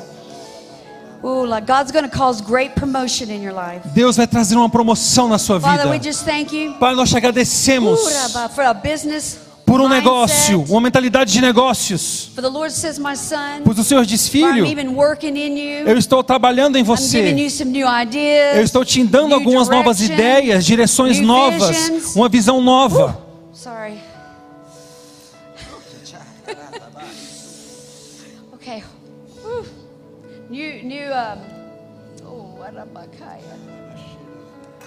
Ooh, la- God's going to cause great promotion in your life.
Deus vai trazer uma promoção na sua
Father, we
vida.
just thank you
Pai, nós te agradecemos
kuraba, for a business
por um
mindset.
negócio, uma mentalidade de negócios.
For the Lord says, my son,
Pois o Senhor diz,
for I'm
um filho,
even working in you.
eu estou trabalhando em
I'm giving
você.
you some new ideas.
Eu estou te dando
new
algumas novas
direction,
ideias, direções
new
novas,
visions.
uma visão nova.
Sorry. <laughs> okay. Whew. New, new, um, oh, Arabakaya.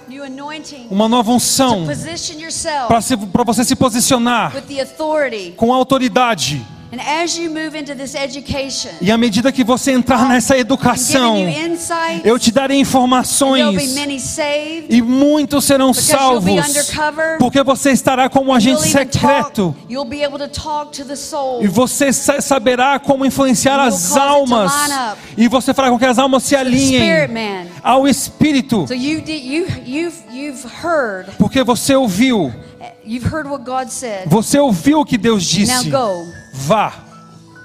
New anointing
uma nova
to
unção
position yourself
para você se posicionar
with the authority.
com autoridade.
And as you move into this education,
E à medida que você entrar nessa
I'm giving you
educação,
insight.
eu te darei
There'll
informações
be many saved.
e muitos serão
Because you'll be
salvos,
undercover.
porque você estará como um
You'll
agente
even
secreto
talk. You'll be able to talk to the soul.
e você sa- saberá como influenciar
And
as
you'll cause it to
almas
line up.
e você fará com que as almas se
the spirit
alinhem
man.
ao espírito,
So you did, you you've you've heard
porque você ouviu,
you've heard what God said.
você ouviu o que Deus
Now
disse.
go.
Vá.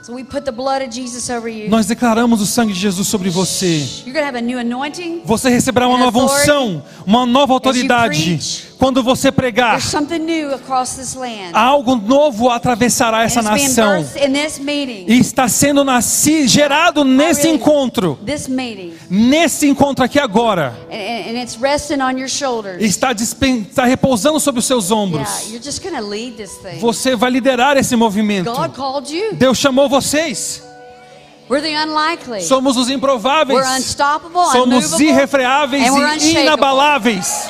So we put the blood of Jesus over you.
Nós declaramos o sangue de Jesus sobre você.
You're gonna have a new anointing.
Você receberá uma
And
nova
authority.
unção, uma nova autoridade.
preach,
Quando você pregar,
There's something new across this land.
algo novo atravessará essa
And it's being
nação.
birthed in this meeting.
E está sendo nasci, gerado nesse
really-
encontro.
This meeting.
Nesse encontro aqui agora.
And, and, and it's resting on your shoulders.
Está, despen- está repousando sobre os seus
Yeah,
ombros.
you're just gonna lead this thing.
Você vai liderar esse movimento.
God called you.
Deus chamou vocês.
We're the unlikely.
Somos os
we're
improváveis.
unstoppable,
Somos
unmovable.
irrefreáveis
and we're
e
unshakable.
inabaláveis.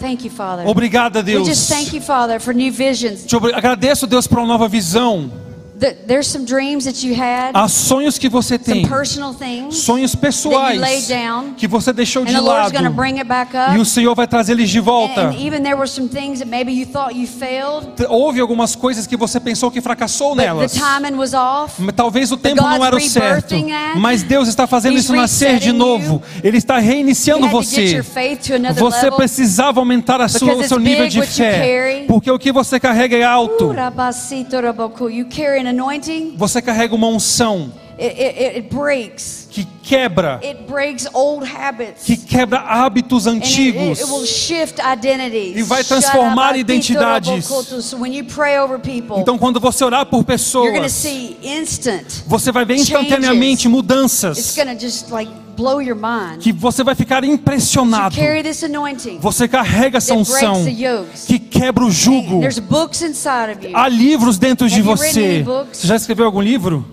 Thank you, Father.
Obrigada,
We
Deus.
just thank you, Father, for new visions.
Te obri- agradeço, Deus, por uma nova visão.
Th- There's some dreams that you had,
Há sonhos que você
some
tem,
personal things,
sonhos
that you laid
pessoais
down,
que você deixou
and
de
the Lord's
lado
going to bring it back
e o
up.
Senhor vai trazer eles de
And,
volta.
and even there were some things that maybe you thought you failed,
T- Houve algumas coisas que você pensou que fracassou
but the
nelas.
timing was off.
Mas Talvez o tempo não
God's
era o certo,
rebirthing that.
mas Deus está fazendo
He's
isso nascer de
resetting
novo. Ele está
You
reiniciando
had to get
você.
your faith to another
Você
level.
precisava aumentar a sua,
Because
o
it's
seu nível
big
de
what you
fé,
carry.
porque o que você carrega é
Ooh,
alto.
rabasito raboku. You carry an anointing,
Você carrega uma unção
it, it, it- it breaks.
que quebra,
It breaks old habits.
que quebra hábitos
And it, it, it
antigos.
will shift identities.
E vai transformar
Sharabasito
identidades.
rabokoto. So when you pray over people,
Então, quando você orar por
you're going to
pessoas,
see instant.
você vai ver instantaneamente
It's
mudanças
gonna just like blow your mind.
que você vai ficar
You
impressionado.
carry this anointing.
Você carrega essa
That breaks
unção
the yokes.
que quebra o jugo.
There's books inside of you.
Há livros dentro de
Have you written
você.
any books?
Você já escreveu algum livro?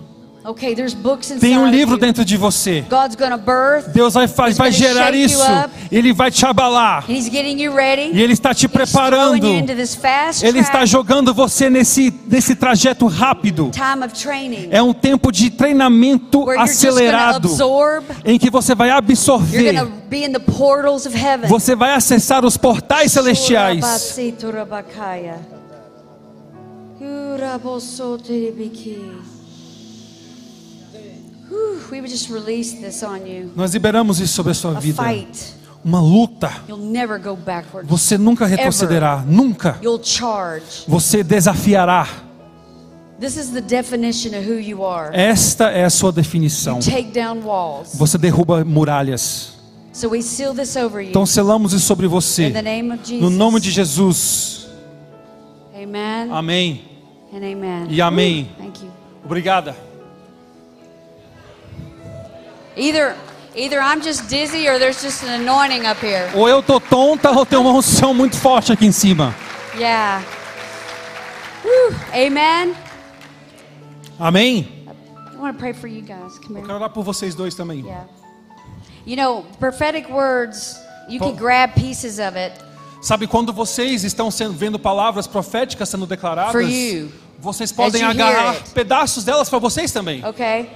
Okay, there's books inside
Tem um livro
of you.
dentro de você.
God's gonna birth.
Deus vai, fa-
He's
vai
gonna
gerar
shake you
isso.
up.
Ele vai te abalar.
He's getting you ready.
E Ele está te
He's throwing
preparando.
you into this fast
Ele está
track
jogando você nesse, nesse trajeto rápido.
time of training.
É um tempo de treinamento
Where you're just gonna
acelerado
absorb.
em que você vai
You're
absorver.
gonna be in the portals of heaven.
Você vai acessar os portais celestiais.
Surabasito rabakaya. Urabosotiribiki. Whew, We would just release this on you.
Nós liberamos isso sobre a sua
A
vida.
fight.
Uma luta.
You'll never go backwards.
Você nunca retrocederá. Nunca.
You'll charge.
Você desafiará.
This is the definition of who you are.
Esta é a sua definição.
Take down walls.
Você derruba muralhas.
So we seal this over you
Então selamos isso sobre
in the
você.
name of
No Ah.
Jesus.
nome de Jesus.
Amen
Amém.
and amen.
E amém.
Whew, Thank you.
Obrigada.
Either either I'm just dizzy or there's just an anointing up here.
Ou eu tô tonta ou tem uma unção muito forte aqui em cima.
Yeah. Whew. Amen.
Amém?
I want to pray for you guys. Come
Eu
here.
quero orar por vocês dois também.
Yeah. You know, prophetic words, you
Bom.
can grab pieces of it.
Sabe quando vocês estão sendo, vendo palavras proféticas sendo declaradas?
For you.
Vocês podem
you hear
agarrar
it.
pedaços delas para vocês também.
Okay?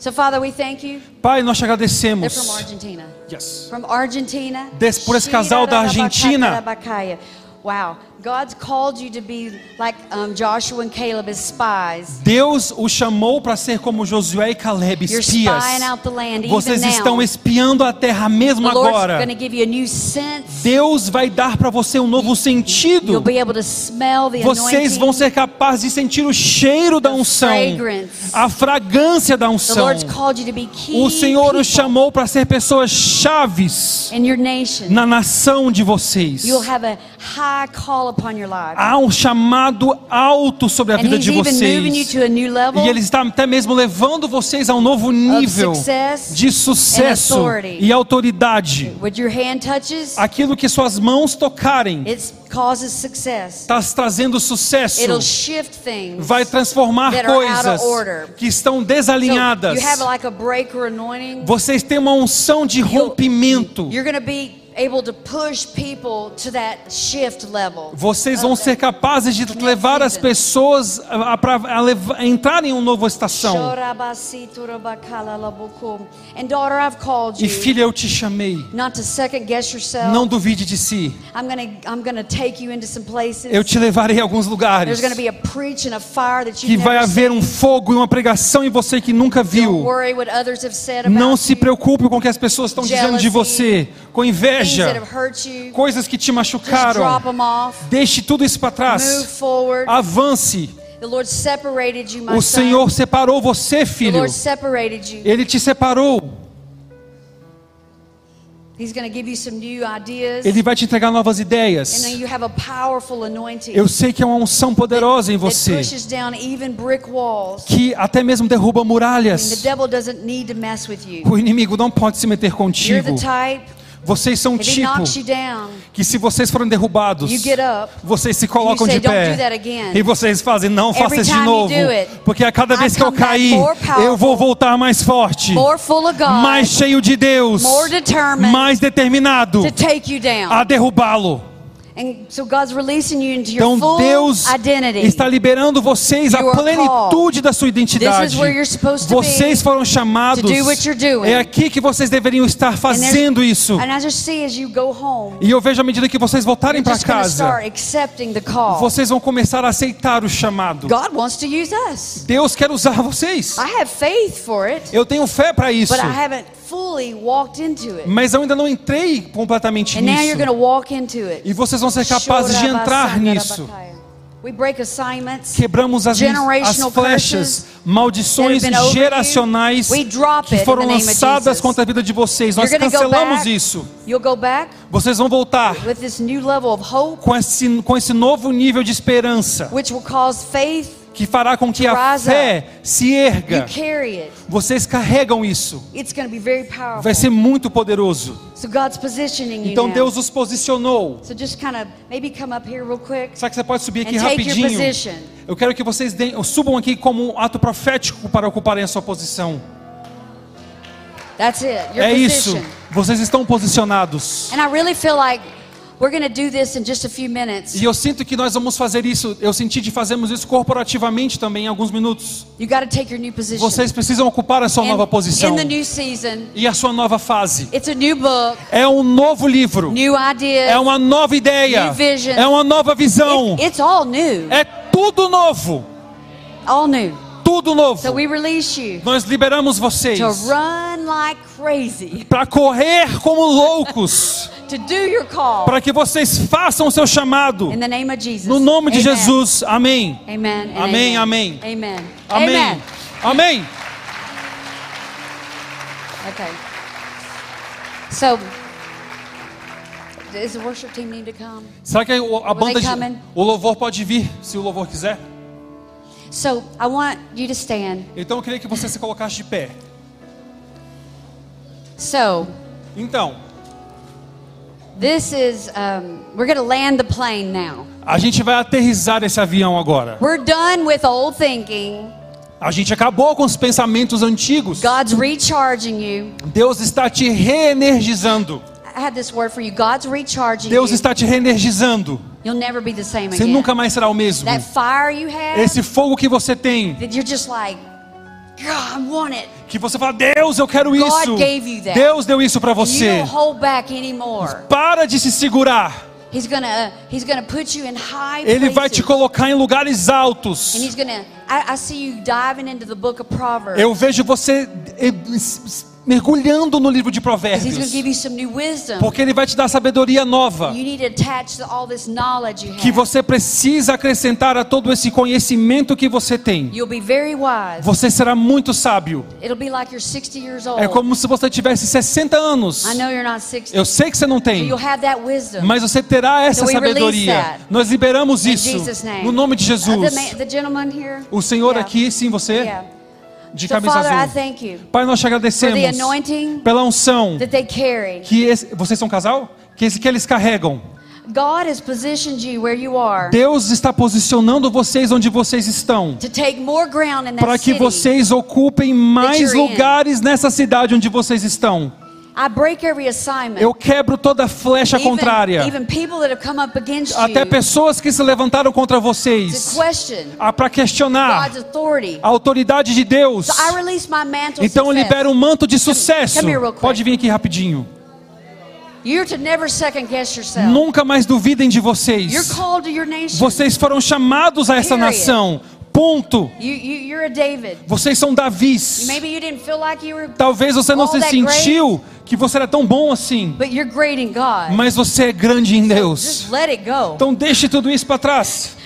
So, Father, we thank you.
Pai, nós te
They're from
agradecemos.
Argentina.
Yes.
From Argentina.
Des- por esse casal da Argentina.
Shirarabacaya. Wow. God's called you to be like um, Joshua and Caleb as spies.
Deus o chamou para ser como Josué e Caleb,
You're
espias.
spying out the land even
Vocês
now.
estão espiando a terra mesmo
The Lord's
agora.
going to give you a new sense.
Deus vai dar para você um novo
You'll
sentido.
be able to smell the
Vocês vão
anointing.
ser capazes de sentir o cheiro da unção,
fragrance.
a fragrância da
The
unção.
Lord's called you to be key
O Senhor os
people
chamou para ser pessoas chaves
in your nation.
na nação de vocês.
You'll have a high call upon your life.
Há um chamado alto sobre a
And
vida
he's
de
even moving you
vocês.
to a new level
E Ele está até mesmo levando vocês a um novo nível
success
de sucesso
and authority.
e autoridade.
What your hand touches,
Aquilo que suas mãos tocarem
it causes success.
está trazendo sucesso,
It'll shift things.
vai transformar
that are out
coisas
of order.
que estão
So
desalinhadas.
you have like a breaker anointing.
Vocês têm uma unção de
You'll-
rompimento.
You're going to be able to push people to that shift level.
Vocês vão ser capazes de levar as pessoas a, a, pra- a, leva- a entrarem em uma nova estação.
Shorabasiturabakalabukum. And daughter, I've called
E
you
filha, eu te chamei.
not to second guess yourself.
Não duvide de si.
I'm going to I'm going to take you into some places.
Eu te levarei a alguns lugares.
There's going to be a preach and a fire that
Que
you
vai
never
haver um fogo e uma pregação em você que nunca
Don't
viu.
worry what others have said about
Não se
you,
preocupe com o que as pessoas estão dizendo de você, com
things that
inveja,
have hurt you.
coisas que te
Just drop
machucaram.
them off.
Deixe tudo isso para
Move
trás.
forward.
Avance.
The Lord separated you, my
O
son.
Senhor separou você,
the
filho.
é- Lord separated you.
Ele te separou.
He's going to give you some new ideas.
Ele vai te entregar novas
and then
ideias.
you have a powerful anointing
Eu sei que é uma unção poderosa em
that
você,
pushes down even brick walls.
que até mesmo derruba
I mean, the
muralhas.
devil doesn't need to mess with you.
O inimigo não pode se meter
You're
contigo.
the type,
Vocês são um
if he
tipo
knocks you down,
que se vocês forem derrubados,
you get up.
vocês se colocam
You say,
de
"Don't do that
pé
again."
e vocês fazem, não faça
Every
isso de
time you
novo,
do it,
porque a cada
I
vez que eu
come back
cair,
more powerful,
eu vou voltar mais forte,
More full of God
mais cheio de Deus,
more determined
mais determinado
to take you down.
a derrubá-lo.
and so God's releasing you into your
Então
full
Deus
identity.
está liberando vocês a
You are
plenitude da sua
This
identidade.
is where you're supposed to be
Vocês foram chamados.
to do what you're doing.
É aqui que vocês deveriam estar
And there's-
fazendo isso.
And I just see as you go home,
E eu vejo à medida que vocês voltarem
you're
para
just gonna
casa,
start accepting the call.
vocês vão começar a aceitar o chamado.
God wants to use us.
Deus quer usar vocês.
I have faith for it,
Eu tenho fé para isso,
but I haven't fully walked into it.
mas eu ainda não entrei completamente
And now you're going
nisso.
to walk into it.
E vocês vão ser capazes de entrar nisso.
We break assignments.
Quebramos as,
Generational
as flechas,
curses
maldições
that have been over
geracionais
you. We drop
que
it
foram
in the name of
lançadas
Jesus.
contra a vida de vocês.
You're
Nós
gonna go
cancelamos
back.
isso.
You'll go back
Vocês vão voltar
with this new level of hope,
com esse, com esse novo nível de esperança
which will cause faith.
que fará com que a
Rise up.
fé se
You
erga.
carry it.
Vocês carregam isso.
It's going to be very powerful.
Vai ser muito poderoso.
So God's positioning you
Então
now.
Deus os posicionou.
So just kind of maybe come up here real quick.
Será que você pode subir aqui
And take your
rapidinho?
position.
Eu quero que vocês deem- subam aqui como um ato profético para ocuparem a sua posição.
That's it. Your
é isso.
position.
Vocês estão posicionados.
And I really feel like we're going to do this in just a few minutes.
E eu sinto que nós vamos fazer isso. Eu senti de fazermos isso corporativamente também em alguns minutos.
You got to take your new position.
Vocês precisam ocupar a sua
And
nova posição
In the new season,
e a sua nova fase.
it's a new book,
É um novo livro.
new ideas.
É um uma nova ideia.
New vision.
É uma nova visão.
It- it's all new.
É tudo novo.
All new.
Tudo novo.
So we release you
Nós liberamos vocês
to run like crazy,
para correr
<laughs>
como loucos.
to do your call
para que vocês façam o seu chamado
in the name of Jesus.
no nome de
Amen.
Jesus. Amém.
Amen. and Amen.
Amém, amém.
Amen.
Amém.
Amen.
Amém.
Okay. So, does the worship team need to come?
Será que o- a
Were they
banda de,
coming?
o louvor pode vir, se o louvor quiser?
So, I want you to stand.
Então eu queria que você se colocasse de pé.
So,
Então,
this is, um, we're going to land the plane now.
a gente vai aterrissar esse avião agora.
We're done with old thinking.
A gente acabou com os pensamentos antigos.
God's recharging you.
Deus está te reenergizando.
I had this word for you. God's recharging
Deus
you.
está te reenergizando.
You'll never be the same
Você
again.
nunca mais será o mesmo.
That fire you have,
Esse fogo que você tem,
that you're just like, God, I want it.
que você fala, Deus, eu quero
God
isso.
gave you that.
Deus deu isso para
You
você.
don't hold back anymore.
Para de se segurar.
He's gonna uh, he's gonna put you in high
Ele vai
places.
te colocar em lugares
And
altos.
he's gonna. I, I see you diving into the book of Proverbs.
Eu vejo você eh, s- s- mergulhando no livro de
'Cause he's gonna give
Provérbios,
you some new wisdom.
porque ele vai te dar sabedoria nova
You need to attach to all this knowledge you have.
que você precisa acrescentar a todo esse conhecimento que você tem.
You'll be very wise.
Você será muito sábio.
It'll be like you're 60 years old.
É como se você tivesse 60 anos.
I know you're not 60.
Eu sei que você não tem,
You'll have that wisdom.
mas você terá essa
So we release
sabedoria.
that.
Nós liberamos isso
Jesus' name.
no nome de
Uh, the,
Jesus.
man, the gentleman here.
O Senhor
Yeah.
aqui, sim, você,
Yeah.
de
So
camisa
Father, I
azul.
thank you
Pai, nós te
for the
agradecemos
anointing
pela unção
that they carry.
que esse- vocês são um casal? Que, esse, que eles carregam.
God has positioned you where you are
Deus está posicionando vocês onde vocês estão,
to take more ground in that
para que
city.
vocês ocupem mais
you're in.
lugares nessa cidade onde vocês estão.
I break every assignment.
Eu quebro toda flecha
even,
contrária,
even people that have come up against
até
you
pessoas que se levantaram contra
to
vocês,
question
para questionar
God's authority.
a autoridade de Deus.
So I release my mantle. of
Ah. Então
success.
libera um manto de sucesso.
come here real quick.
Pode vir aqui rapidinho.
You're to never second guess yourself.
Nunca mais duvidem de
You're
vocês.
called to your nation.
Vocês foram chamados a essa
Period.
nação. Ponto.
You, you, you're a David.
Vocês são Davis.
Maybe you didn't feel like you were,
Talvez você não
All
se
that
sentiu que você era tão bom assim,
but you're great in God.
mas você é grande em Deus.
Just let it go.
Então deixe tudo isso para trás.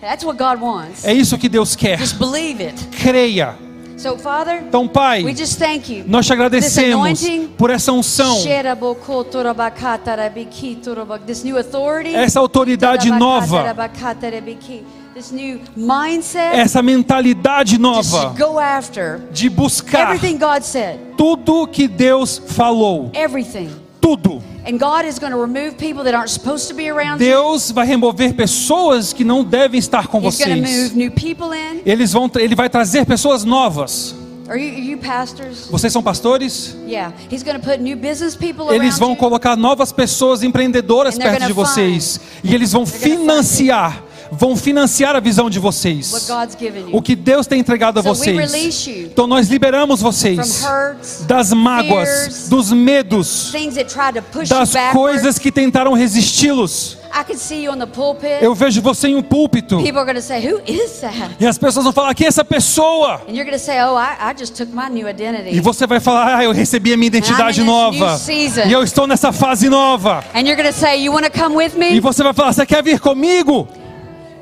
That's what God wants.
É isso que Deus quer.
Just believe it.
Creia.
So, Father,
Então, Pai,
we just thank you.
nós te agradecemos
This anointing-
por essa unção,
Sherabokotorabakatarabiki, This new authority.
essa autoridade nova,
Tarabakatarabakatarabiki, This new mindset.
essa mentalidade nova
Just go after
de buscar
everything God said.
tudo que Deus falou.
Everything.
Tudo.
And God is going to remove people that aren't supposed to be around you.
Deus vai remover pessoas que não devem estar com
He's going to move
vocês.
new people in.
Eles vão, tra- ele vai trazer pessoas novas.
Are you, are you pastors?
Vocês são pastores?
Yeah. He's going to put new business people
Eles vão
around you.
colocar novas pessoas empreendedoras
And they're
perto de
gonna
vocês. E eles vão
gonna find
financiar. Vão financiar a visão de
What
vocês.
God's given you.
O que Deus tem entregado a
So we
vocês.
release you
Então nós liberamos
From
vocês
hurts,
das mágoas,
fears,
dos medos,
things that tried to push you
das
backwards.
coisas que tentaram resisti-los.
I can see you on the pulpit.
Eu vejo você em um púlpito.
People are going to say, Who is that?
E as pessoas vão falar: quem é essa pessoa?
And you're going to say, Oh, I, I just took my new identity.
E você vai falar: ah, eu recebi a minha identidade
I'm in this
nova.
new season.
E eu estou nessa fase nova.
And you're going to say, You want to come with
E
me?
você vai falar: você quer vir comigo?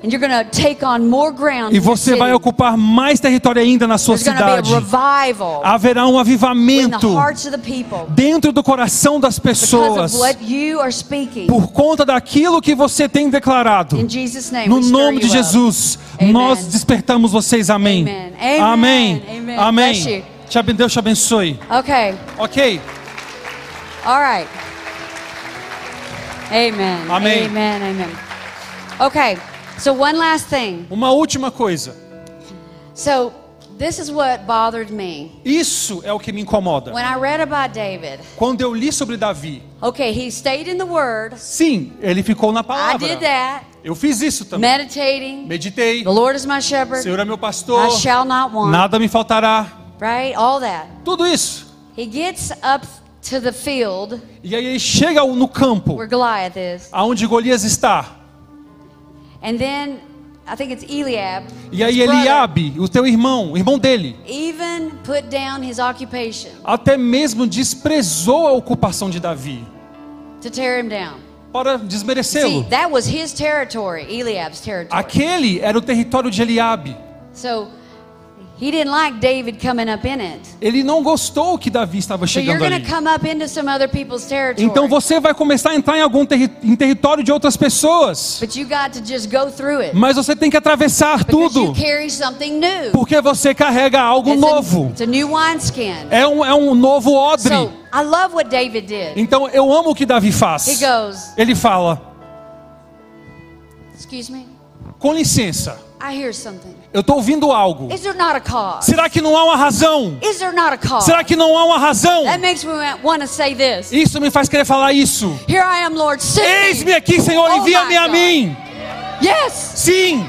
And you're going to take on more ground.
E
in your
você vai
city.
ocupar mais território ainda na sua
There's going to
cidade.
be a revival
Haverá um
in the
avivamento
hearts of the people
dentro do coração das
because
pessoas
of what you are speaking.
por conta daquilo que você tem declarado.
In Jesus name,
No
we stir
nome de
you up.
Jesus,
Amen.
nós despertamos vocês. Amém.
Amen. Amen.
Amém.
Amen. Bless
Amém.
you.
Te aben- Deus te abençoe.
Okay.
Ok.
All right. Amen.
Amém.
Amen. Amen. Okay. So one last thing.
Uma última coisa.
So this is what bothered me
Isso é o que me incomoda.
when I read about David.
Quando eu li sobre Davi,
Okay, he stayed in the Word.
sim, ele ficou na
I did
palavra.
that,
Eu fiz isso também.
meditating.
Meditei.
The Lord is my shepherd.
Senhor é meu pastor.
I shall not want.
Nada me faltará.
Right? All that.
Tudo isso.
He gets up to the field
E aí ele chega ao- no campo,
where Goliath is,
aonde Golias está.
and then I think it's Eliab.
E aí
his brother,
Eliabe, o teu irmão, o irmão dele,
even put down his occupation
até mesmo desprezou a ocupação de Davi
to tear him down.
para
See,
desmerecê-lo.
that was his territory, Eliab's territory.
Aquele era o território de Eliabe.
So he didn't like David coming up in it.
Ele não gostou que Davi estava
So you're
chegando
going
ali.
to come up into some other people's territory.
Então você vai começar a entrar em algum terri em território de outras pessoas.
But you got to just go through it.
Mas você tem que atravessar
Because you
tudo,
carry something new.
porque você carrega algo
It's a-
novo.
It's a new wineskin.
É um, é um novo odre.
So I love what David did.
Então eu amo o que Davi
He
faz.
goes,
Ele fala:
Excuse me,
com licença,
I hear something.
eu estou ouvindo algo.
Is there not a cause?
Será que não há uma razão?
Is there not a cause?
Será que não há uma razão?
That makes me want to say this.
Isso me faz querer falar isso.
Here I am, Lord. Send me.
Eis-me aqui, Senhor,
Oh
envia-me
my
a
God.
mim.
Yes.
Sim.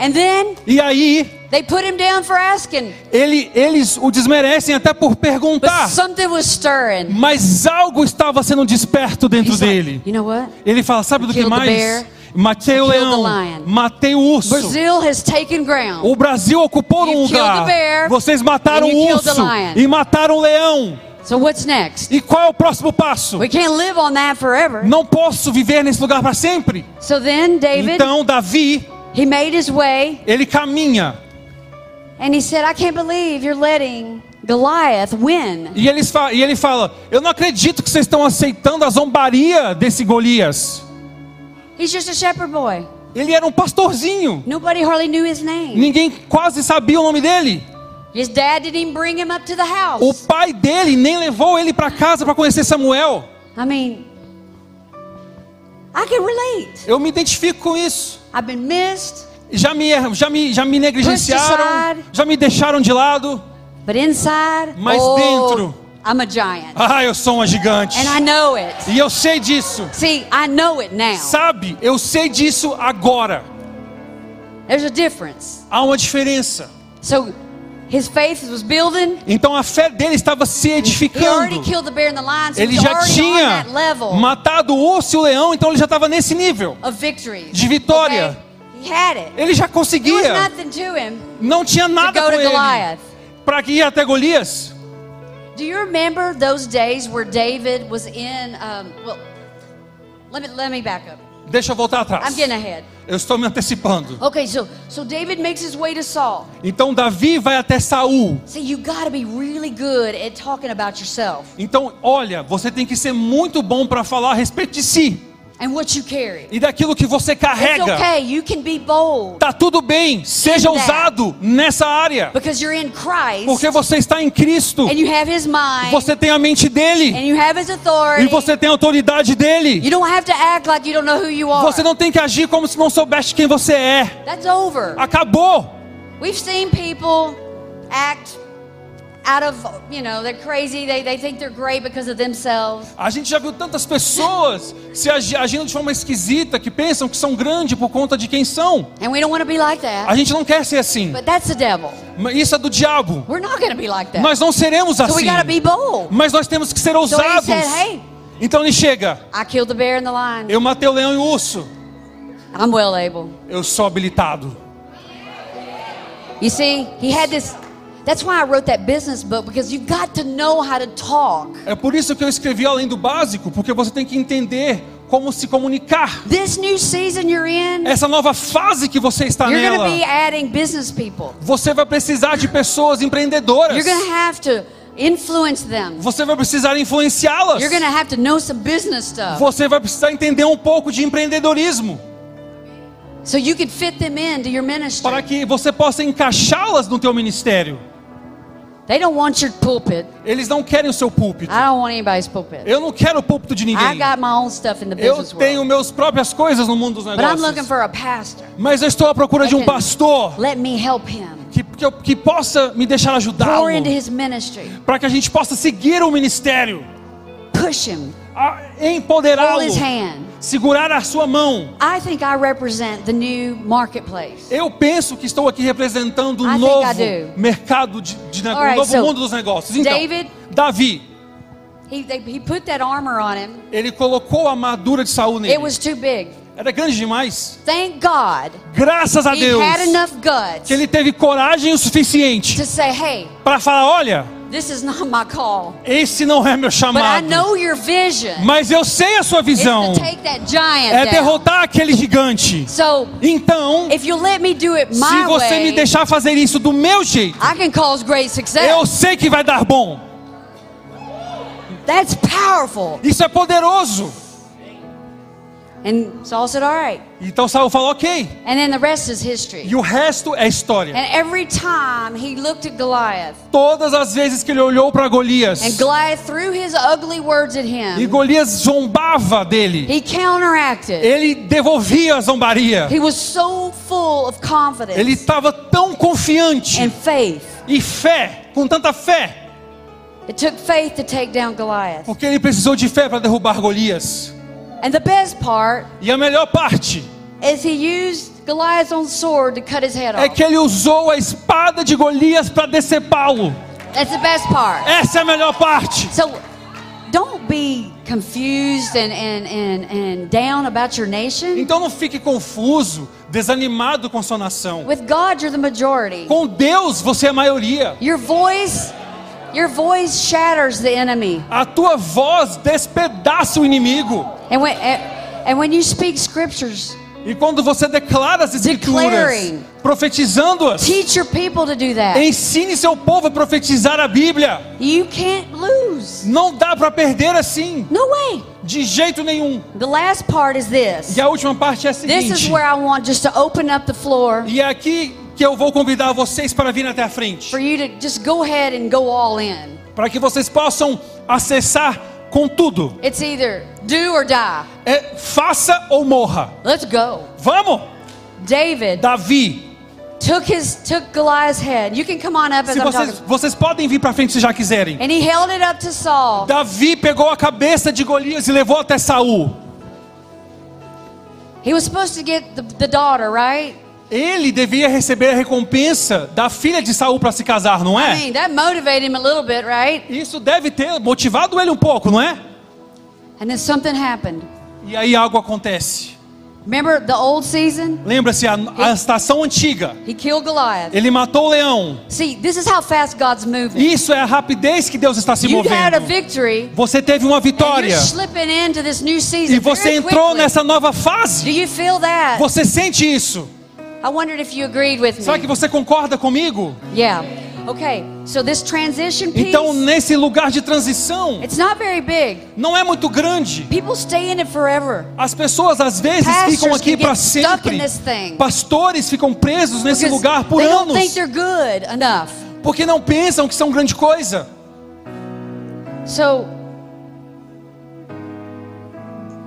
And then
E aí,
They put him down for asking,
Ele, eles o desmerecem até por
but
perguntar,
something was stirring.
mas algo estava sendo desperto dentro
He's like,
dele.
you know what?
Ele fala: Sabe do que
Killed the
mais?
bear.
Matei o
Killed the
leão,
lion.
matei o urso.
Brazil has taken ground.
O Brasil ocupou
You
um
killed
lugar.
the bear,
Vocês mataram
and
o
you killed the
urso
lion.
e mataram o leão.
So what's next?
E qual é o próximo passo?
We can't live on that forever.
Não posso viver nesse lugar para sempre.
So then David,
Então Davi,
he made his way
ele caminha
and he said, I can't believe you're letting Goliath win.
e, eles fa- e ele fala: Eu não acredito que vocês estão aceitando a zombaria desse Golias.
He's just a shepherd boy.
Ele era um pastorzinho.
Nobody hardly knew his name.
Ninguém quase sabia o nome dele.
His dad didn't even bring him up to the
O
house.
pai dele nem levou ele para casa para conhecer Samuel.
I mean, I can relate.
Eu me identifico com isso.
I've been missed,
Já me, er- já me, já me negligenciaram,
aside.
já me deixaram de lado.
but inside,
Mas
oh,
dentro.
I'm a giant.
Ah, eu sou uma gigante.
And I know it.
E eu sei disso.
See, I know it now.
Sabe, eu sei disso agora.
There's a difference.
Há uma diferença.
So his faith was building.
Então a fé dele estava se
He already
edificando.
killed the bear and the lion, so
Ele
he's
já
already on
tinha
that level
matado o urso e o leão, então ele já estava nesse nível.
of victory.
de vitória.
Okay? He had it.
Ele já
There was
conseguia.
nothing to him
Não tinha
to
nada
go
com
to
ele.
Goliath.
Para que ir até Golias?
Do you remember those days where David was in? Um, well, let me let me back up.
Deixa eu voltar atrás.
I'm getting ahead.
Eu estou me antecipando.
Okay, so so David makes his way to Saul.
Então Davi vai até Saul.
See, you got to be really good at talking about yourself
Então, olha, você tem que ser muito bom para falar a respeito de si
and what you carry.
e daquilo que você
It's
carrega.
okay. You can be bold
Tá tudo bem, seja
In that.
usado nessa área.
because you're in Christ
Porque você está em Cristo.
and you have His mind
Você tem a mente dele
and you have His authority.
e você tem a autoridade dele.
You don't have to act like you don't know who you are.
Você não tem que agir como se não soubesse quem você é.
That's over.
Acabou.
We've seen people act out of, you know, they're crazy. They, they think they're great because of themselves.
A gente já viu tantas pessoas se agi- agindo de forma esquisita que pensam que são grandes por conta de quem são.
And we don't want to be like
A
that.
gente não quer ser assim.
But that's the devil.
Mas Isso é do diabo.
We're not going to be like that.
Nós não seremos
So we
assim.
got to be bold.
Mas nós temos que ser
So he
ousados.
said, hey,
Então ele chega.
I killed the bear and the lion.
Eu matei o leão e o urso.
I'm well able.
Eu sou habilitado.
You see, he had this. That's why I wrote that business book because you've got to know how to talk.
É por isso que eu escrevi além do básico, porque você tem que entender como se comunicar.
This new season you're in,
Essa nova fase que você está
you're going to
nela.
be adding business people.
Você vai precisar de pessoas empreendedoras.
You're going to have to influence them.
Você vai precisar influenciá-las.
You're going to have to know some business stuff.
Você vai precisar entender um pouco de empreendedorismo
So you can fit them into your ministry.
para que você possa encaixá-las no teu ministério.
They don't want your pulpit.
Eles não querem o seu púlpito.
I don't want anybody's pulpit.
Eu não quero o púlpito de
I
ninguém.
got my own stuff in the
Eu
business
tenho
world.
meus próprias coisas no mundo dos
But I'm looking
negócios.
for a pastor.
Mas eu estou à procura de um
That can
pastor
Let me help him.
que, que, eu- que possa me deixar ajudá-lo.
Pour into his ministry.
Para que a gente possa seguir o ministério.
Push him.
a-
Hold
Empoderá-lo.
his hand.
Segurar a sua mão.
I think I represent the new marketplace.
Eu penso que estou aqui representando
I
um
think
novo
I do.
mercado de, de nego-
All right,
um novo
so,
mundo dos negócios. Então,
David-
Davi,
He, they, he put that armor on him.
ele colocou a armadura de Saul nele.
It was too big.
Era grande demais.
Thank God
Graças a
he
Deus
had enough guts
que ele teve coragem o suficiente
to say, hey,
para falar, olha,
this is not my call.
esse não é meu
But I
chamado.
know your vision
Mas eu sei a sua
is
visão.
to take that giant
É
down.
derrotar aquele gigante.
So
Então,
if you let me do it
se
my
você me
way,
deixar fazer isso do meu jeito,
I can cause great success.
eu sei que vai dar bom.
That's powerful.
Isso é poderoso.
And Saul said, all right.
Então Saul falou, ok.
And then the rest is history.
E o resto é história.
And every time he looked at Goliath,
Todas as vezes que ele olhou para Golias
and Goliath threw his ugly words at
e
him,
Golias zombava dele,
he counteracted.
ele devolvia a zombaria.
He was so full of
Ele
confidence
estava tão confiante
and faith.
e fé, com tanta fé,
It took faith to take down Goliath.
porque ele precisou de fé para derrubar Golias.
And the best part
E a melhor parte
is he used Goliath's own sword to cut his head
é
off.
que ele usou a espada de Golias para decepá-lo.
That's the best part.
Essa é a melhor parte.
So don't be confused and, and, and, and down about your nation.
Então não fique confuso, desanimado com sua nação.
With God, you're the majority.
Com Deus você é a maioria.
Your voice, your voice shatters the enemy.
A tua voz despedaça o inimigo.
And when, and and when you speak scriptures,
E quando você declara as escrituras,
Declaring.
profetizando-as,
teach your people to do that.
ensine seu povo a profetizar a Bíblia.
You can't lose.
Não dá para perder assim,
No way.
de jeito nenhum.
The last part is this.
E a última parte é a
This is
seguinte.
where I want just to open up the floor
E é aqui que eu vou convidar vocês para vir até a frente,
for you to just go ahead and go all in.
para que vocês possam acessar com tudo.
It's either do or die.
É faça ou morra.
Let's go.
Vamos!
David
Davi,
took his took Goliath's head. You can come on up as
se
I'm
vocês,
talking.
vocês podem vir para frente se já quiserem.
And he held it up to Saul.
Davi pegou a cabeça de Golias e levou até Saul.
He was supposed to get the, the daughter, right?
Ele devia receber a recompensa da filha de Saul para se casar, não
I
é?
mean, that motivated him a little bit, right?
Isso deve ter motivado ele um pouco, não é?
And then something happened.
E aí algo acontece.
Remember the old season?
Lembra-se a, a estação antiga.
He killed Goliath.
Ele matou o leão.
See, this is how fast God's moving.
Isso é a rapidez que Deus está se
You had a
movendo.
victory.
Você teve uma
And
vitória
you're slipping into this new season.
e você
very
entrou
quickly.
nessa nova fase.
Do you feel that?
Você sente isso?
I wondered if you agreed with me.
Será que você concorda comigo?
Yeah. Okay. So this transition piece,
Então, nesse lugar de transição,
it's not very big.
não é muito grande.
People stay in it forever.
As pessoas às vezes
Pastors
ficam aqui
can get
para
stuck
sempre.
in this thing.
Pastores ficam presos nesse
Because
lugar por
they don't think
anos
they're good enough.
porque não pensam que são grande coisa.
So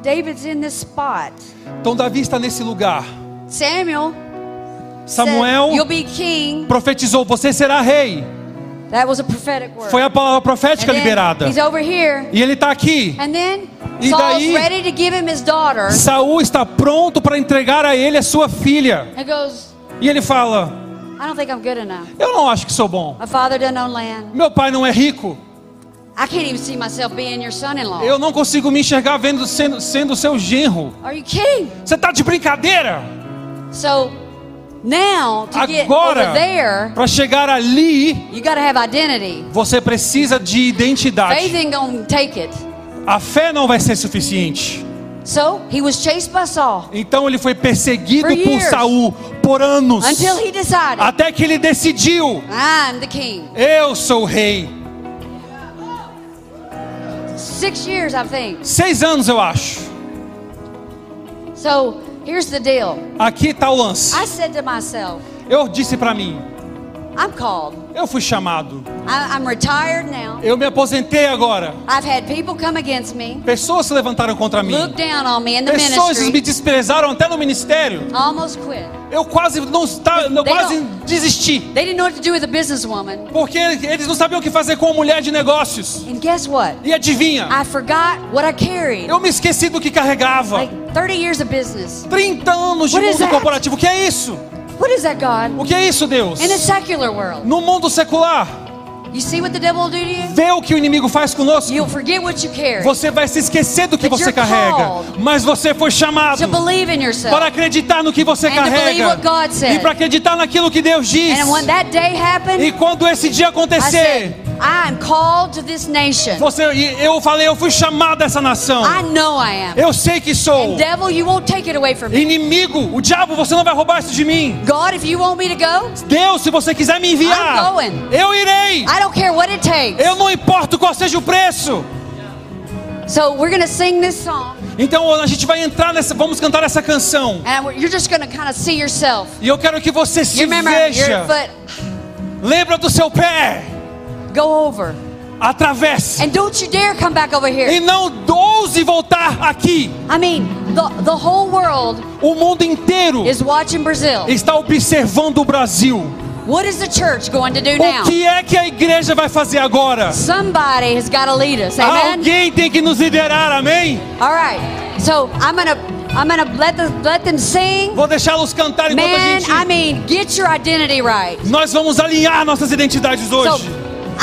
David's in this spot.
Então, Davi está nesse lugar.
Samuel said, "You'll
Samuel
be king."
profetizou: Você será rei.
That was a prophetic word.
Foi a palavra
And
profética
then
liberada.
He's over here.
E ele está aqui.
And then
E
Saul's
daí-
ready to give him his daughter.
Saul está pronto para entregar a ele a sua filha.
And goes,
E ele fala:
"I don't think I'm good enough.
Eu não acho que sou bom.
My father doesn't own land.
Meu pai não é rico.
I can't even see myself being your son-in-law."
Eu não consigo me enxergar vendo sendo, sendo seu genro.
Are you kidding?
Você tá de brincadeira?
So now to get
Agora,
over there,
para chegar ali,
you got to have identity.
você precisa de
Faith
identidade.
ain't gonna take it.
A fé não vai ser suficiente.
So he was chased by Saul
Então ele foi perseguido
For
por
years.
Saul por anos,
until he decided,
até que ele decidiu:
"I'm the king."
Eu sou o rei.
Six years, I think.
Seis anos eu acho.
So here's the deal.
Aqui tá o lance.
I said to myself,
Eu disse para mim:
"I'm called.
Eu fui chamado.
I, I'm retired now.
Eu me aposentei agora.
I've had people come against me,
Pessoas se levantaram contra mim.
look down on me in the
Pessoas me
ministry,
desprezaram até no ministério.
almost quit.
Eu quase não estava, eu
They
quase desisti,
They didn't know what to do with a businesswoman.
porque eles não sabiam o que fazer com uma mulher de negócios.
And guess what?
E adivinha?
I forgot what I carried.
Eu me esqueci do que carregava.
Like 30 years of business.
30 anos de
What is
mundo
that?
corporativo. O que é isso?
What is that, God?
O que é isso, Deus?
In a secular world.
No mundo secular,
You see what the devil will do to you?
vê o que o inimigo faz conosco.
You'll forget what you carry.
Você vai se esquecer do que
But
você
you're
carrega,
called
mas você foi chamado
To believe in
para
yourself.
acreditar no que você
And to believe
carrega
what God said.
e para acreditar naquilo que Deus diz.
And when that day
E
happened,
quando esse dia
I
acontecer,
said, I am called to this nation.
Você, e eu falei, eu fui chamado dessa nação.
I know I am.
Eu sei que sou.
And devil, you won't take it away from me.
Inimigo, o diabo, você não vai roubar isso de mim.
God, if you want me to go,
Deus, se você quiser me enviar,
I'm going.
eu irei.
I don't care what it takes.
Eu não importo qual seja o preço.
So we're going to sing this song.
Então a gente vai entrar nessa, vamos cantar essa canção.
And we're- you're just going to kind of see yourself.
E eu quero que você se
You remember your
veja.
foot,
Lembra do seu pé.
go over.
Atravesse.
And don't you dare come back over here.
E não ouse voltar aqui.
I mean, the, the whole world
O mundo inteiro
is watching Brazil.
está observando o Brasil.
What is the church going to do now?
O que é que a igreja vai fazer agora?
Somebody
Oh,
has got to lead us. Amen?
Alguém tem que nos liderar, amém?
All right. So I'm going to I'm going to let, the, let them sing.
Vou deixá-los cantar enquanto a
Man,
gente.
I mean, get your identity right.
Nós vamos alinhar nossas identidades
So
hoje.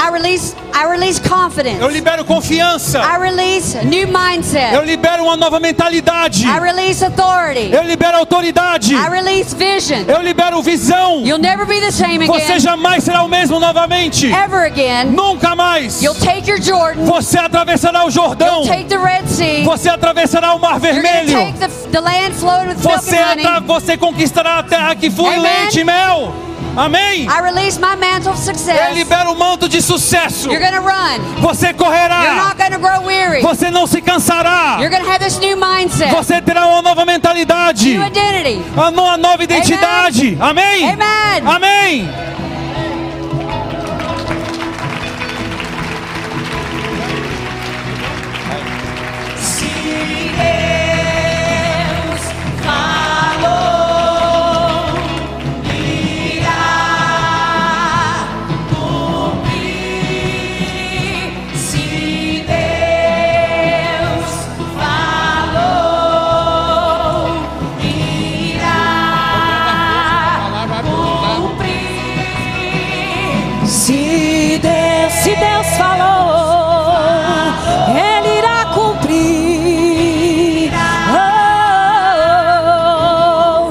I release, I release
Eu
confidence.
libero confiança.
I release a new
Eu
mindset.
libero uma nova mentalidade.
I release authority.
Eu libero autoridade.
I release vision.
Eu libero visão.
You'll never be the same
Você
again.
jamais será o mesmo novamente.
Ever again.
Nunca mais.
You'll take your Jordan.
Você atravessará o Jordão.
You'll take the Red Sea.
Você atravessará o Mar
You're going to
Vermelho.
take the, the land flowing with milk
Você,
and
atra-
honey.
você conquistará a terra que flui
Amen.
leite e mel. Amém.
I release my mantle of
Eu
success.
libero o manto de sucesso.
You're going to run.
Você
You're
correrá.
not going to grow weary.
Você não se cansará.
You're going to have this new mindset,
Você terá uma nova mentalidade.
new identity.
Uma nova identidade. Amém.
Amen.
Amém.
Se Deus falou, irá cumprir. Se Deus falou, irá cumprir. Se Deus, se Deus falou, Ele irá cumprir.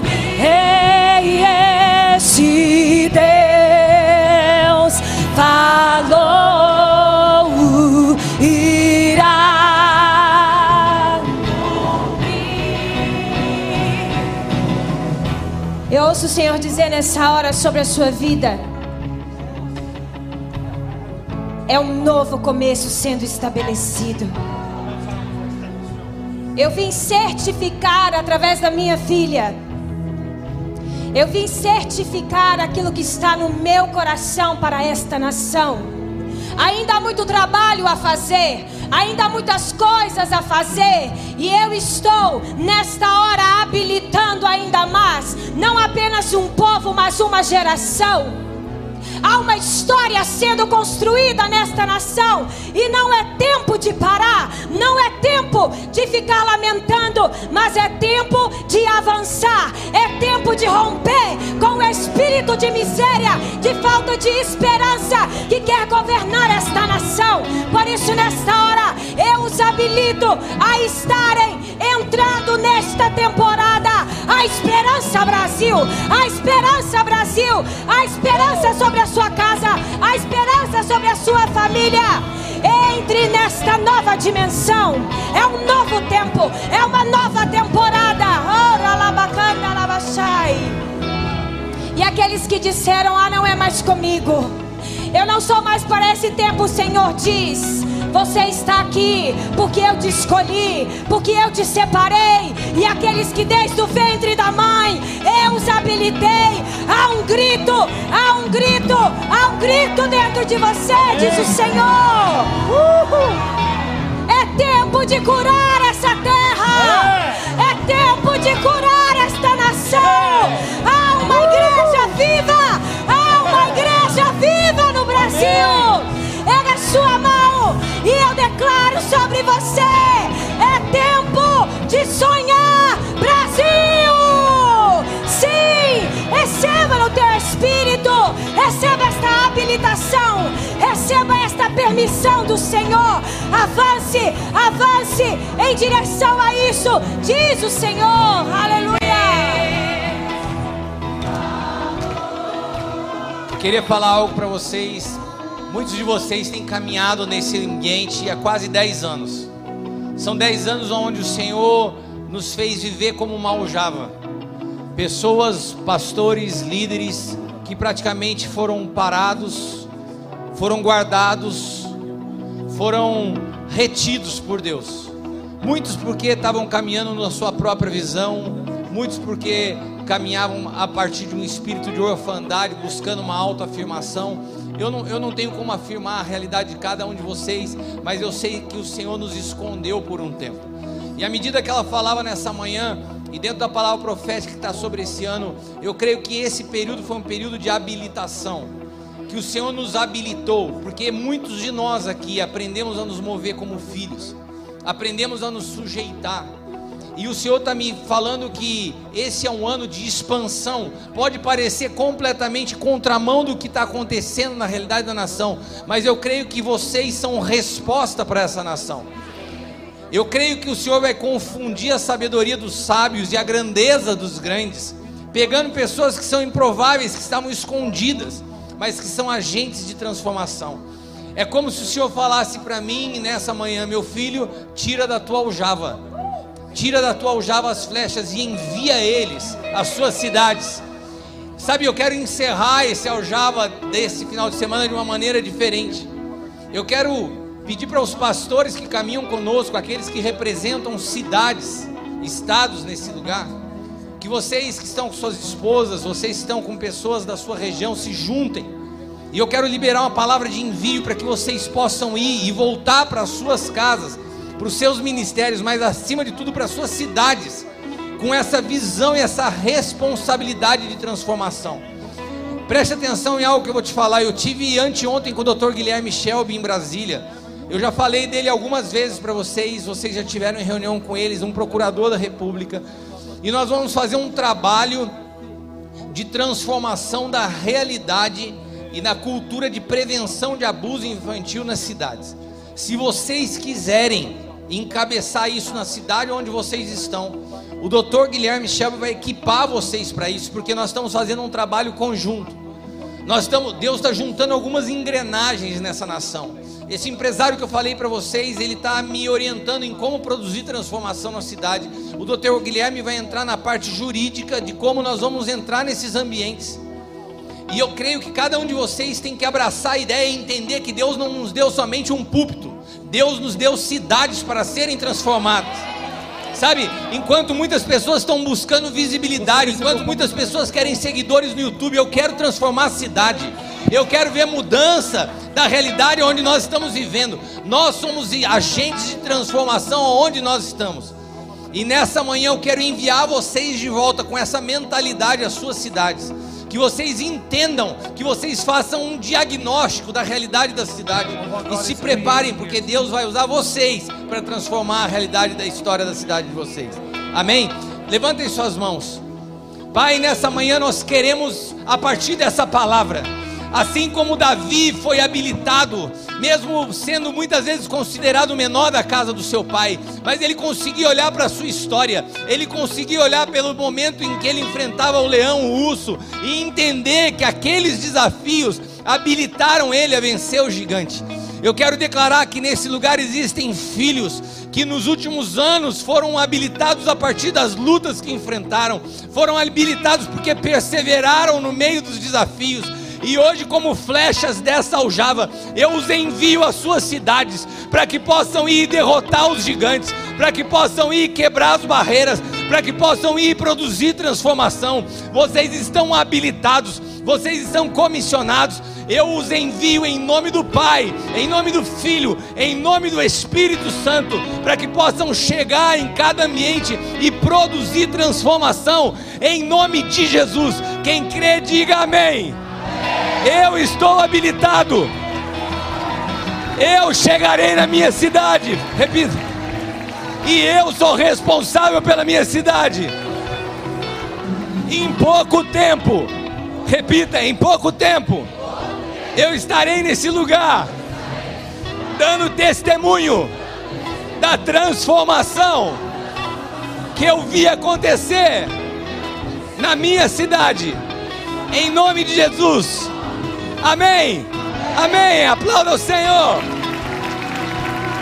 Oh, ei, ei, se Deus falou, irá cumprir. Eu ouço o Senhor dizer nessa hora sobre a sua vida. É um novo começo sendo estabelecido. Eu vim certificar através da minha filha. Eu vim certificar aquilo que está no meu coração para esta nação. Ainda há muito trabalho a fazer, ainda há muitas coisas a fazer, e eu estou nesta hora habilitando ainda mais, não apenas um povo, mas uma geração. Há uma história sendo construída nesta nação e não é tempo de parar, não é tempo de ficar lamentando, mas é tempo de avançar, é tempo de romper com o espírito de miséria, de falta de esperança que quer governar esta nação. Por isso, nesta hora, eu os habilito a estarem entrando nesta temporada. A esperança, Brasil! A esperança, Brasil! A esperança sobre a sua casa! A esperança sobre a sua família! Entre nesta nova dimensão. É um novo tempo, é uma nova temporada. Ora lá bacana, lá baixai. E aqueles que disseram: Ah, não é mais comigo. Eu não sou mais para esse tempo, o Senhor diz. Você está aqui porque eu te escolhi, porque eu te separei. E aqueles que desde o ventre da mãe eu os habilitei. Há um grito, há um grito, há um grito dentro de você, diz o Senhor. Uhul. É tempo de curar essa terra. É tempo de curar esta nação. Há uma igreja viva. Há uma igreja viva no Brasil. Era sua mão. E eu declaro sobre você. É tempo de sonhar, Brasil. Sim, receba no teu espírito, receba esta habilitação, receba esta permissão do Senhor. Avance, avance em direção a isso, diz o Senhor. Aleluia.
Queria falar algo para vocês. Muitos de vocês têm caminhado nesse ambiente há quase 10 anos. São 10 anos onde o Senhor nos fez viver como uma aljava. Pessoas, pastores, líderes que praticamente foram parados, foram guardados, foram retidos por Deus. Muitos porque estavam caminhando na sua própria visão, muitos porque caminhavam a partir de um espírito de orfandade, buscando uma autoafirmação. Eu não, eu não tenho como afirmar a realidade de cada um de vocês, mas eu sei que o Senhor nos escondeu por um tempo. E à medida que ela falava nessa manhã, e dentro da palavra profética que está sobre esse ano, eu creio que esse período foi um período de habilitação que o Senhor nos habilitou, porque muitos de nós aqui aprendemos a nos mover como filhos, aprendemos a nos sujeitar, E o Senhor está me falando que esse é um ano de expansão. Pode parecer completamente contramão do que está acontecendo na realidade da nação, mas eu creio que vocês são resposta para essa nação. Eu creio que o Senhor vai confundir a sabedoria dos sábios e a grandeza dos grandes, pegando pessoas que são improváveis, que estavam escondidas, mas que são agentes de transformação. É como se o Senhor falasse para mim nessa manhã, meu filho, tira da tua aljava, tira da tua aljava as flechas e envia eles às suas cidades. Sabe, eu quero encerrar esse aljava desse final de semana de uma maneira diferente. Eu quero pedir para os pastores que caminham conosco, aqueles que representam cidades, estados nesse lugar, que vocês que estão com suas esposas, vocês que estão com pessoas da sua região, se juntem. E eu quero liberar uma palavra de envio para que vocês possam ir e voltar para as suas casas, para os seus ministérios, mas acima de tudo para as suas cidades, com essa visão e essa responsabilidade de transformação. Preste atenção em algo que eu vou te falar. Eu tive anteontem com o Dr. Guilherme Shelby em Brasília. Eu já falei dele algumas vezes para vocês, vocês já tiveram em reunião com eles, um procurador da República. E nós vamos fazer um trabalho de transformação da realidade e da cultura de prevenção de abuso infantil nas cidades. Se vocês quiserem encabeçar isso na cidade onde vocês estão, o Dr. Guilherme Shelby vai equipar vocês para isso, porque nós estamos fazendo um trabalho conjunto. Nós estamos, Deus está juntando algumas engrenagens nessa nação. Esse empresário que eu falei para vocês, ele está me orientando em como produzir transformação na cidade. O doutor Guilherme vai entrar na parte jurídica de como nós vamos entrar nesses ambientes. E eu creio que cada um de vocês tem que abraçar a ideia e entender que Deus não nos deu somente um púlpito, Deus nos deu cidades para serem transformadas. Sabe, enquanto muitas pessoas estão buscando visibilidade, enquanto muitas pessoas querem seguidores no YouTube, eu quero transformar a cidade. Eu quero ver mudança da realidade onde nós estamos vivendo. Nós somos agentes de transformação onde nós estamos. E nessa manhã eu quero enviar vocês de volta com essa mentalidade às suas cidades. Que vocês entendam, que vocês façam um diagnóstico da realidade da cidade. E se preparem, porque Deus vai usar vocês para transformar a realidade da história da cidade de vocês. Amém? Levantem suas mãos. Pai, nessa manhã nós queremos, a partir dessa palavra, Assim como Davi foi habilitado, mesmo sendo muitas vezes considerado o menor da casa do seu pai, mas ele conseguia olhar para a sua história, ele conseguia olhar pelo momento em que ele enfrentava o leão, o urso, e entender que aqueles desafios habilitaram ele a vencer o gigante. Eu quero declarar que nesse lugar existem filhos que nos últimos anos foram habilitados a partir das lutas que enfrentaram, foram habilitados porque perseveraram no meio dos desafios. E hoje, como flechas dessa aljava, eu os envio às suas cidades para que possam ir derrotar os gigantes, para que possam ir quebrar as barreiras, para que possam ir produzir transformação. Vocês estão habilitados, vocês estão comissionados. Eu os envio em nome do Pai, em nome do Filho, em nome do Espírito Santo, para que possam chegar em cada ambiente e produzir transformação em nome de Jesus. Quem crê, diga amém. Eu estou habilitado. Eu chegarei na minha cidade. Repito. E eu sou responsável pela minha cidade. Em pouco tempo. Repita, em pouco tempo. Eu estarei nesse lugar. Dando testemunho da transformação que eu vi acontecer na minha cidade. Em nome de Jesus. Amém. Amém. Aplauda o Senhor.